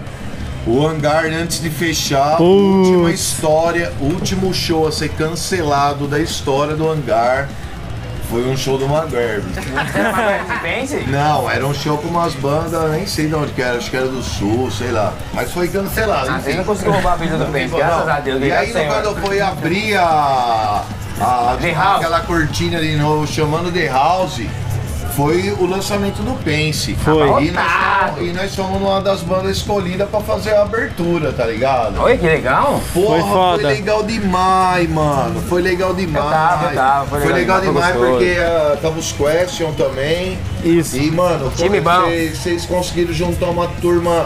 Speaker 5: O hangar né, antes de fechar, última história, último show a ser cancelado da história do hangar foi um show do McGarvey.
Speaker 4: é Pense.
Speaker 5: Não, era um show com umas bandas, nem sei de onde que era, acho que era do sul, sei lá. Mas foi cancelado.
Speaker 4: Ah, vocês
Speaker 5: enfim.
Speaker 4: não conseguiram roubar a vida do Pense,
Speaker 5: Não,
Speaker 4: graças a Deus.
Speaker 5: E aí
Speaker 4: obrigado, Senhor.
Speaker 5: quando foi abrir a. a
Speaker 4: The House.
Speaker 5: aquela cortina de novo, chamando The House. Foi o lançamento do Pense.
Speaker 7: Foi.
Speaker 5: E nós, fomos- e nós fomos uma das bandas escolhidas pra fazer a abertura, tá ligado?
Speaker 4: Oi, que legal.
Speaker 5: Porra, foi,
Speaker 7: foda.
Speaker 5: legal demais, mano. Foi legal demais.
Speaker 4: tava, eu tava, foi
Speaker 5: Foi
Speaker 4: legal
Speaker 5: legal,
Speaker 4: demais,
Speaker 5: demais
Speaker 4: foi gostoso.
Speaker 5: porque ah, tava os Question também.
Speaker 7: Isso.
Speaker 5: E, mano,
Speaker 4: Time bom.
Speaker 5: vocês conseguiram juntar uma turma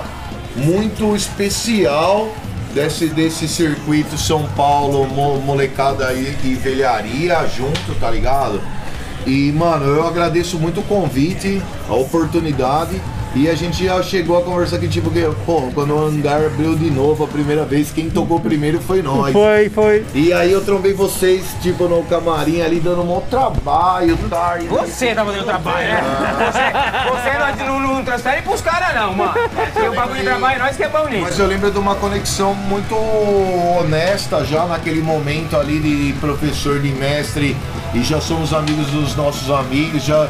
Speaker 5: muito especial desse, desse circuito São Paulo, mo- molecada aí e velharia junto, tá ligado? E, mano, eu agradeço muito o convite, a oportunidade. E a gente já chegou a conversar que, tipo, que, pô, quando o hangar abriu de novo a primeira vez, quem tocou primeiro foi nós.
Speaker 7: Foi, foi.
Speaker 5: E aí eu trombei vocês, tipo, no camarim ali, dando um maior trabalho, tarde.
Speaker 4: Você tá fazendo trabalho, né? Você, você não, não, não transfere pros caras, não, mano. Porque o bagulho de trabalho é nós que é bom nisso.
Speaker 5: Mas eu lembro de uma conexão muito honesta já naquele momento ali de professor, de mestre, e já somos amigos dos nossos amigos, já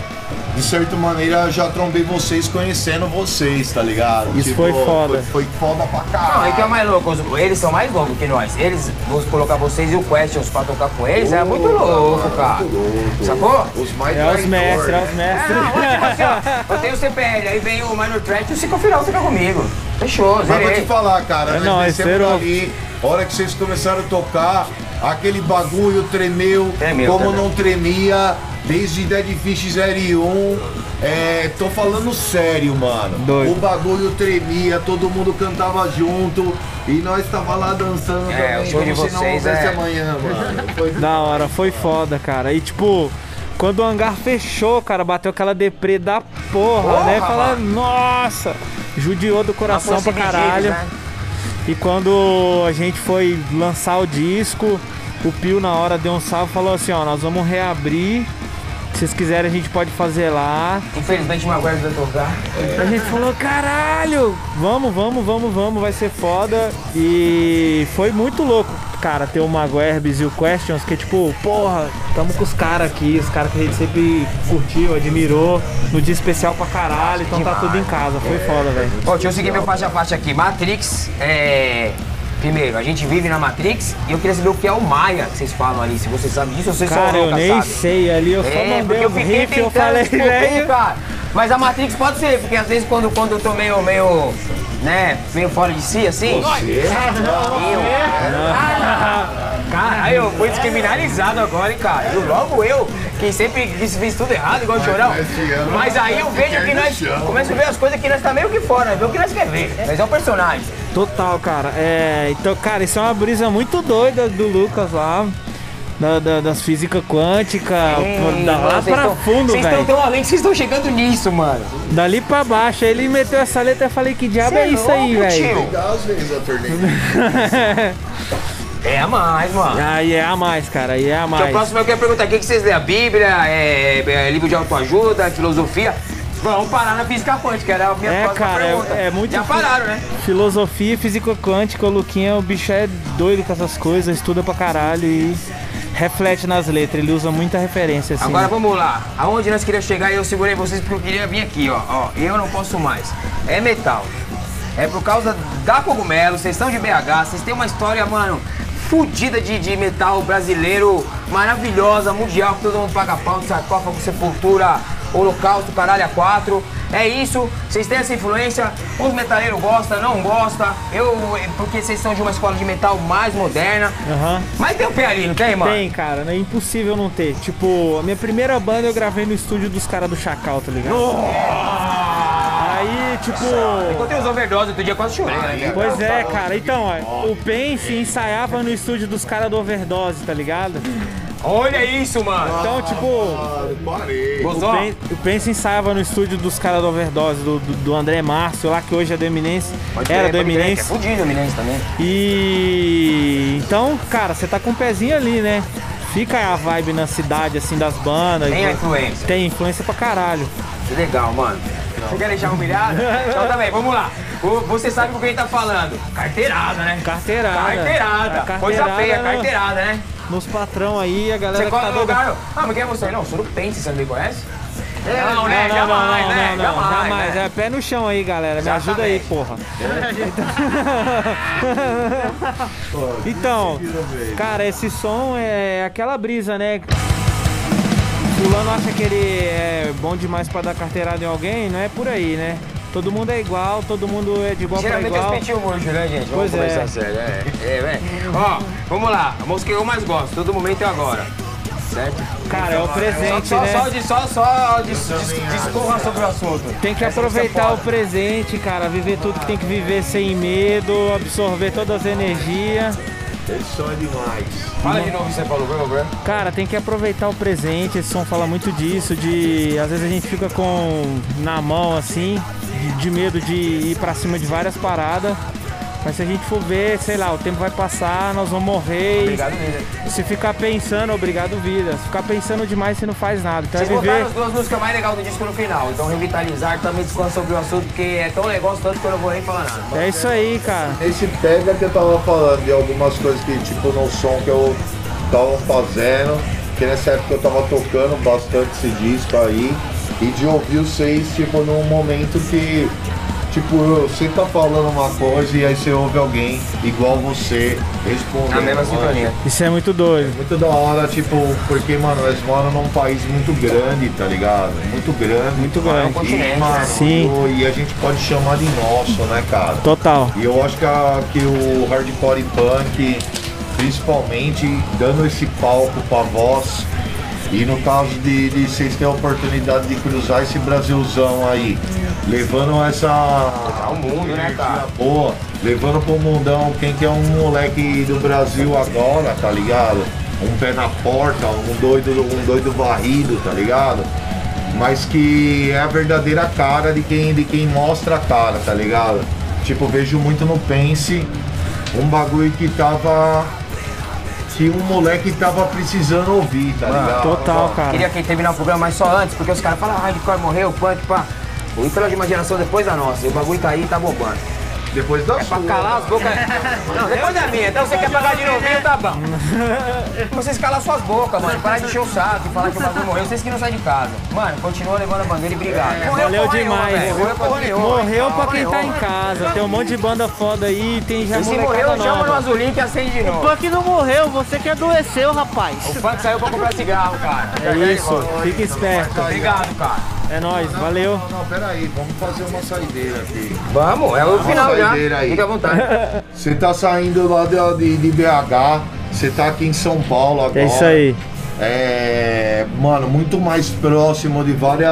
Speaker 5: de certa maneira já trombei vocês conhecendo vocês, tá ligado?
Speaker 7: Isso foi foda.
Speaker 5: Foi, foi foda pra
Speaker 4: Não,
Speaker 5: caralho.
Speaker 4: é que é o mais louco. os- Eles são mais loucos que nós. Eles, vamos colocar vocês e o Questions pra tocar com eles, é muito louco, cara. Sacou?
Speaker 5: Os mais
Speaker 7: É os
Speaker 5: traidores.
Speaker 7: mestres, é os
Speaker 4: É,
Speaker 7: mestres.
Speaker 4: não, mas tipo assim, ó, eu tenho o CPL, aí vem o Minor Threat e o Cico Final fica comigo. Fechou,
Speaker 5: Mas vou te
Speaker 4: zerei.
Speaker 5: falar, cara,
Speaker 7: É
Speaker 5: nós
Speaker 7: nóis,
Speaker 5: descemos
Speaker 7: zerou.
Speaker 5: ali, hora que vocês começaram a tocar, aquele bagulho tremeu,
Speaker 4: Tremeu,
Speaker 5: como
Speaker 4: tremeu.
Speaker 5: não tremia, desde Dead Fish 01. É, tô falando sério, mano.
Speaker 7: Doido.
Speaker 5: O bagulho tremia, todo mundo cantava junto e nós tava lá dançando
Speaker 4: É, o
Speaker 5: também,
Speaker 4: show
Speaker 5: como
Speaker 4: de
Speaker 5: se não
Speaker 4: vocês
Speaker 5: houvesse
Speaker 4: é-
Speaker 5: amanhã, mano. Foi
Speaker 4: Ah.
Speaker 7: Da hora, foi foda, cara. E tipo, quando o hangar fechou, cara, bateu aquela deprê da porra,
Speaker 4: Porra,
Speaker 7: né? Fala,
Speaker 4: mano.
Speaker 7: nossa! Judiou do coração pra caralho.
Speaker 4: Né?
Speaker 7: E quando a gente foi lançar o disco, o Pio na hora deu um salve e falou assim, ó, nós vamos reabrir. Se vocês quiserem a gente pode fazer lá.
Speaker 4: Infelizmente o Maguire vai tocar.
Speaker 7: A gente falou, caralho, vamos, vamos, vamos, vamos, vai ser foda. E foi muito louco, cara, ter o Mago Herbs e o Questions, que tipo, porra, tamo com os caras aqui, os caras que a gente sempre curtiu, admirou, no dia especial pra caralho, então tá tudo em casa, foi foda, velho.
Speaker 4: Ó, deixa eu seguir meu faixa a faixa aqui. Matrix, é. Primeiro, a gente vive na Matrix e eu queria saber o que é o Maia que vocês falam ali. Se você sabe disso, ou vocês
Speaker 7: Cara,
Speaker 4: só
Speaker 7: eu
Speaker 4: nunca
Speaker 7: nem
Speaker 4: sabe.
Speaker 7: sei ali, eu só
Speaker 4: É, porque
Speaker 7: mandei
Speaker 4: eu
Speaker 7: um
Speaker 4: fiquei
Speaker 7: riff, eu
Speaker 4: tentando
Speaker 7: falei,
Speaker 4: descobrir,
Speaker 7: velho.
Speaker 4: cara. Mas a Matrix pode ser, porque às vezes quando, quando eu tô meio, meio, né, meio fora de si, assim... Eu... Cara, aí eu fui descriminalizado agora, hein, cara. E logo eu, que sempre fiz, fiz tudo errado, igual o Chorão.
Speaker 5: mas te amo.
Speaker 4: Mas aí eu vejo que nós... Começo a ver as coisas que nós tá meio que fora, vê o que nós quer ver. Mas é um personagem.
Speaker 7: Total, cara. É, então, cara, isso é uma brisa muito doida do Lucas lá. Da, da- das física quântica,
Speaker 4: Ei,
Speaker 7: da, lá
Speaker 4: mano, Hum, vocês
Speaker 7: pra
Speaker 4: tão-
Speaker 7: fundo,
Speaker 4: Vocês estão
Speaker 7: velho.
Speaker 4: tão além que vocês estão chegando nisso, mano.
Speaker 7: Dali pra baixo. Aí ele meteu essa letra e eu falei, que diabo
Speaker 4: Cê
Speaker 7: é isso aí,
Speaker 4: louco,
Speaker 7: velho?
Speaker 4: tio.
Speaker 5: legal às vezes a turnê.
Speaker 4: É a mais, mano.
Speaker 7: Aí é a mais, cara, aí é a
Speaker 4: Então, o
Speaker 7: mais.
Speaker 4: próximo eu quero perguntar: o que que vocês lêem? A Bíblia, é, é, livro de autoajuda, filosofia? Vamos parar na física quântica, era a minha
Speaker 7: É,
Speaker 4: próxima
Speaker 7: cara, é-
Speaker 4: pergunta.
Speaker 7: é muito
Speaker 4: Já
Speaker 7: fi-
Speaker 4: pararam, né?
Speaker 7: Filosofia e física quântica, o Luquinha, o bicho é doido com essas coisas, estuda pra caralho e reflete nas letras. Ele usa muita referência, assim.
Speaker 4: Agora vamos lá. Aonde nós queríamos chegar, eu segurei vocês porque eu queria vir aqui, ó. ó eu não posso mais. É metal. É por causa da cogumelo, vocês são de BH, vocês têm uma história, mano, fudida de, de metal brasileiro, maravilhosa, mundial, que todo mundo paga pau, sarcófago, sepultura, holocausto, caralho a quatro. É isso, vocês têm essa influência, os metaleiros gostam, não gostam. Eu, é porque vocês são de uma escola de metal mais moderna.
Speaker 7: Aham.
Speaker 4: Mas tem o pé ali, não tem, mano?
Speaker 7: Tem, cara, é impossível não ter. Tipo, a minha primeira banda eu gravei no estúdio dos caras do Chacal, tá ligado? Aí, tipo.
Speaker 4: Encontrei os overdose outro dia, quase chorei, né, velho?
Speaker 7: Pois é, cara, então, ó, o Pense ensaiava no estúdio dos caras do Overdose, tá ligado?
Speaker 4: Olha isso, mano.
Speaker 7: Então, tipo,
Speaker 5: Ah, parei.
Speaker 4: Gozou?
Speaker 7: Pen- o Pense ensaiava no estúdio dos caras do Overdose, do, do, do André Márcio, lá que hoje é do Eminence,
Speaker 4: Pode
Speaker 7: era
Speaker 4: crer,
Speaker 7: do
Speaker 4: pode crer, que É
Speaker 7: Eminence.
Speaker 4: fudido o Eminence também.
Speaker 7: E então, cara, você tá com o pezinho ali, né? Fica a vibe na cidade, assim, das bandas.
Speaker 4: Tem a
Speaker 7: Tem,
Speaker 4: influência.
Speaker 7: influência pra caralho.
Speaker 4: Que Legal, mano. Você quer deixar humilhado? Então também, vamos lá. O- Você sabe com quem tá falando. Carteirada, né?
Speaker 7: Carteirada.
Speaker 4: Carteirada.
Speaker 7: A
Speaker 4: Coisa feia,
Speaker 7: no-
Speaker 4: carteirada, né?
Speaker 7: Nos patrão aí, a galera
Speaker 4: Você
Speaker 7: que tá
Speaker 4: cola no
Speaker 7: doida.
Speaker 4: lugar. Ah, mas quem é você? Não, sou do Pence, você não me conhece?
Speaker 7: Não,
Speaker 4: Não, né?
Speaker 7: É, não,
Speaker 4: Jamais,
Speaker 7: não,
Speaker 4: né?
Speaker 7: não, não,
Speaker 4: Jamais,
Speaker 7: jamais.
Speaker 4: né?
Speaker 7: É pé no chão aí, galera. Me ajuda aí, porra. Então, cara, esse som é aquela brisa, né? Fulano acha que ele é bom demais pra dar carteirada em alguém, não é por aí, né? Todo mundo é igual, todo mundo é de igual
Speaker 4: Geralmente
Speaker 7: pra
Speaker 4: eu
Speaker 7: igual.
Speaker 4: pentinho murcho, né, gente? Vamos
Speaker 7: Pois é.
Speaker 4: começar sério. É, é, é. Ó, vamos lá. A música que eu mais gosto, todo momento é agora. Certo?
Speaker 7: Cara, é o
Speaker 4: Só,
Speaker 7: presente,
Speaker 4: só,
Speaker 7: né?
Speaker 4: só, de- só, só de, de- discorra sobre o assunto.
Speaker 7: Tem que
Speaker 4: Essa música é
Speaker 7: aproveitar o
Speaker 4: foda.
Speaker 7: presente, cara. Viver tudo que tem que viver sem medo, absorver todas as energias.
Speaker 5: Esse som é demais.
Speaker 4: Fala de novo o que você falou, meu bro.
Speaker 7: Cara, tem que aproveitar o presente, esse som fala muito disso, de às vezes a gente fica com na mão assim, de, de medo de ir pra cima de várias paradas. Mas se a gente for ver, sei lá, o tempo vai passar, nós vamos morrer. e
Speaker 4: Obrigado mesmo.
Speaker 7: Se ficar pensando, obrigado vida. Se ficar pensando demais, você não faz nada. Então
Speaker 4: Vocês
Speaker 7: é viver.
Speaker 4: botaram as duas músicas mais legais do disco no final. Então revitalizar também discorra sobre o assunto, porque é tão negócio tanto que eu não vou nem falar nada.
Speaker 7: É isso aí, cara.
Speaker 5: Esse pega que eu tava falando de algumas coisas que, tipo, no som que eu tava fazendo, que nessa época eu tava tocando bastante esse disco aí, e de ouvir vocês, tipo, num momento que, tipo, você tá falando uma coisa e aí você ouve alguém igual você respondendo.
Speaker 4: Na mesma
Speaker 5: mano.
Speaker 4: sintonia.
Speaker 7: Isso é muito doido.
Speaker 5: Muito da hora, tipo, porque, mano, nós moramos num país muito grande, tá ligado? Muito grande.
Speaker 7: Muito
Speaker 5: mano,
Speaker 7: grande.
Speaker 5: e,
Speaker 4: Continente.
Speaker 5: mano,
Speaker 7: Sim.
Speaker 5: E a gente pode chamar de nosso, né, cara?
Speaker 7: Total.
Speaker 5: E eu acho que, a- que o hardcore e punk, principalmente dando esse palco pra voz, e no caso de, de vocês terem a oportunidade de cruzar esse Brasilzão aí, levando essa.
Speaker 4: Ao mundo, né, cara?
Speaker 5: Boa, levando pro mundão quem que é um moleque do Brasil agora, tá ligado? Um pé na porta, um doido, um doido varrido, tá ligado? Mas que é a verdadeira cara de quem, de quem mostra a cara, tá ligado? Tipo, vejo muito no Pense um bagulho que tava. que um moleque tava precisando ouvir, tá ligado?
Speaker 7: Ah, Total, cara.
Speaker 4: Queria que terminar o programa, mas só antes, porque os caras falam, ah, hardcore morreu, punk, pá. O Ítalo é de uma geração depois da nossa, e o bagulho tá aí e tá bombando.
Speaker 5: Depois da
Speaker 4: É pra
Speaker 5: sua.
Speaker 4: calar as bocas. Não, depois da minha, então você quer pagar de novinho, tá bom. Vocês calam suas bocas, mano. Parar de encher o saco e falar que o bagulho morreu. Vocês que não saem de casa. Mano, continua levando a bandeira e obrigado. Morreu
Speaker 7: É, Valeu
Speaker 4: porra nenhuma,
Speaker 7: demais.
Speaker 4: velho. Morreu porra nenhuma.
Speaker 7: Morreu pra
Speaker 4: Porra
Speaker 7: quem tá em
Speaker 4: nenhuma.
Speaker 7: casa. Tem um monte de banda foda aí, tem já
Speaker 4: E se
Speaker 7: molecada
Speaker 4: morreu, chama
Speaker 7: nova.
Speaker 4: no azulinho que acende de novo.
Speaker 6: Punk não morreu, você que adoeceu, rapaz.
Speaker 4: O funk saiu pra comprar cigarro, cara.
Speaker 7: É isso, fica esperto.
Speaker 4: Obrigado, cara.
Speaker 7: É nóis, valeu.
Speaker 5: tá Não, não, peraí, vamos fazer uma saideira aqui.
Speaker 4: Vamos, é o final já.
Speaker 5: saideira aí.
Speaker 4: Fica à vontade.
Speaker 5: Você tá saindo lá de, de- de BH, você tá aqui em São Paulo agora.
Speaker 7: É isso aí.
Speaker 5: É, mano, muito mais próximo de várias,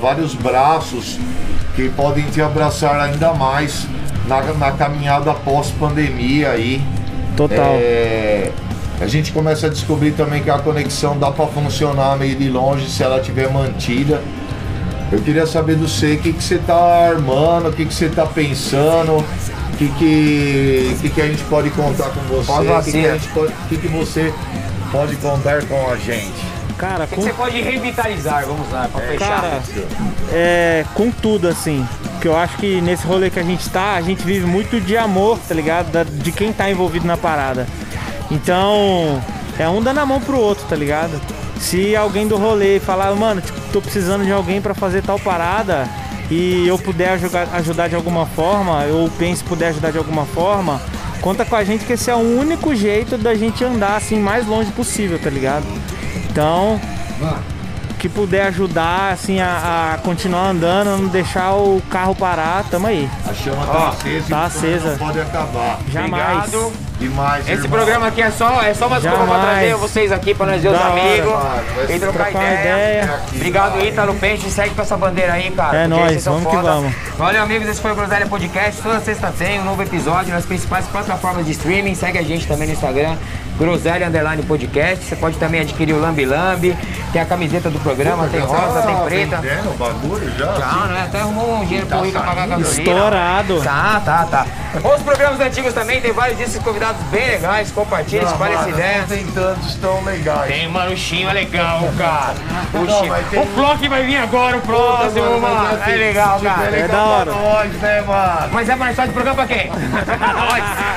Speaker 5: vários braços que podem te abraçar ainda mais na, na caminhada pós-pandemia aí.
Speaker 7: Total.
Speaker 5: É, a gente começa a descobrir também que a conexão dá pra funcionar meio de longe se ela tiver mantida. Eu queria saber do você o que que você tá armando, o que que você tá pensando, o que que, o que que a gente pode contar com você, o que, que, a
Speaker 4: Pós-vacina.
Speaker 5: gente pode- o que que você pode contar com a gente.
Speaker 7: Cara,
Speaker 4: O que
Speaker 7: com,
Speaker 4: você pode revitalizar, vamos lá, pra fechar.
Speaker 7: cara, é, com tudo assim. Que eu acho que nesse rolê que a gente tá, a gente vive muito de amor, tá ligado? Da- de quem tá envolvido na parada. Então, é um dando a mão pro outro, tá ligado? Se alguém do rolê falar, mano, tipo, tô precisando de alguém pra fazer tal parada e eu puder ajudar, ajudar de alguma forma, eu penso puder ajudar de alguma forma, conta com a gente que esse é o único jeito da gente andar assim mais longe possível, tá ligado? Então, que puder ajudar, assim, a, a continuar andando, não deixar o carro parar, tamo aí.
Speaker 5: A chama tá
Speaker 7: tá
Speaker 5: acesa e o programa
Speaker 7: acesa.
Speaker 5: não pode acabar.
Speaker 7: Jamais.
Speaker 4: Obrigado.
Speaker 5: Demais,
Speaker 4: Esse
Speaker 5: irmão.
Speaker 4: programa aqui é só, é só uma desculpa pra
Speaker 7: Jamais.
Speaker 4: trazer vocês aqui pra nós ver os
Speaker 7: Da hora,
Speaker 4: amigos.
Speaker 5: mano. Vai
Speaker 4: E
Speaker 5: se
Speaker 4: trocar
Speaker 7: trocar uma
Speaker 4: ideia.
Speaker 7: ideia.
Speaker 4: Obrigado, Ítalo Peixe. Segue com essa bandeira aí, cara.
Speaker 7: É
Speaker 4: porque
Speaker 7: nóis,
Speaker 4: vocês são
Speaker 7: vamos que vamos.
Speaker 4: Valeu, amigos. Esse foi o Groselha Podcast. Toda sexta tem um novo episódio nas principais plataformas de streaming. Segue a gente também no Instagram, Groselha Underline Podcast. Você pode também adquirir o Lambi Lambi. Tem a camiseta do programa, tem
Speaker 5: Já
Speaker 4: rosa,
Speaker 5: tá
Speaker 4: tem preta.
Speaker 5: vendendo o bagulho já?
Speaker 4: Não, né? Até arrumou um dinheiro pro Rica pagar a gasolina.
Speaker 7: Estourado.
Speaker 4: Tá, tá, tá. Os programas antigos também, tem vários desses convidados bem legais. Compartilha,
Speaker 5: Ah,
Speaker 4: espalha essa
Speaker 5: mano,
Speaker 4: ideia.
Speaker 5: Não tem tantos tão legais.
Speaker 4: Tem, mano, o Chinho é legal, cara. O,
Speaker 5: Não,
Speaker 4: Chinho.
Speaker 5: mas tem-
Speaker 4: o Flock vai vir agora, o
Speaker 5: Puta,
Speaker 4: próximo,
Speaker 5: mano, mas
Speaker 4: mano.
Speaker 5: assim,
Speaker 4: É legal,
Speaker 5: se tiver
Speaker 4: cara.
Speaker 5: legal
Speaker 7: É da hora.
Speaker 5: pra nós, né, mano?
Speaker 4: Mas é pra história de programa pra quem?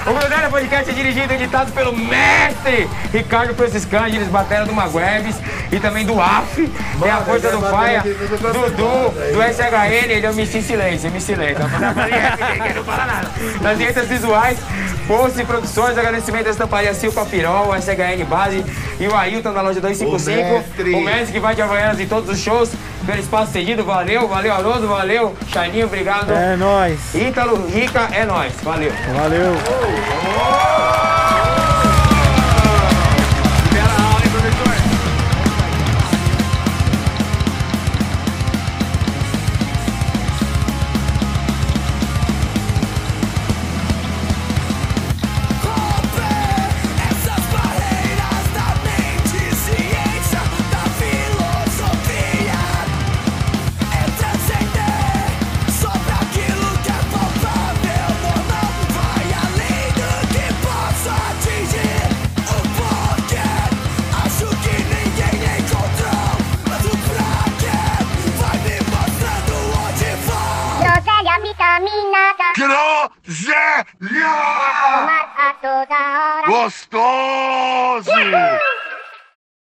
Speaker 4: o Groselha Podcast é dirigido e editado pelo mestre Ricardo Franciscan, eles batera do Maguebes e também do AF. Tem a
Speaker 5: Mano,
Speaker 4: força
Speaker 5: ele
Speaker 4: do
Speaker 5: é
Speaker 4: Faia,
Speaker 5: batera de todas as
Speaker 4: Dudu,
Speaker 5: bandas aí.
Speaker 4: do SHN, ele é o MC Silêncio, MC Silêncio. Ele não fala nada. Nas diretas visuais, Bolsa e Produções, agradecimento à estamparia Silva Pirol, SHN Base e o Ailton da loja 255.
Speaker 5: O mestre.
Speaker 4: O mestre que vai de Havaianas em todos os shows. Pelo espaço cedido, valeu, valeu, Haroldo, valeu, Chaninho, obrigado.
Speaker 7: É nóis.
Speaker 4: Ítalo Rica é nós. Valeu.
Speaker 7: Valeu.
Speaker 8: Essas barreiras da mente, ciência da filosofia É transcender sobre aquilo que é palpável Normal vai além do que posso atingir O porquê, acho que ninguém encontrou Mas o pra quê, vai me mostrando onde vou
Speaker 2: groselha vitaminada.
Speaker 5: Groselha!
Speaker 2: Tomar a toda hora.
Speaker 5: Gostoso!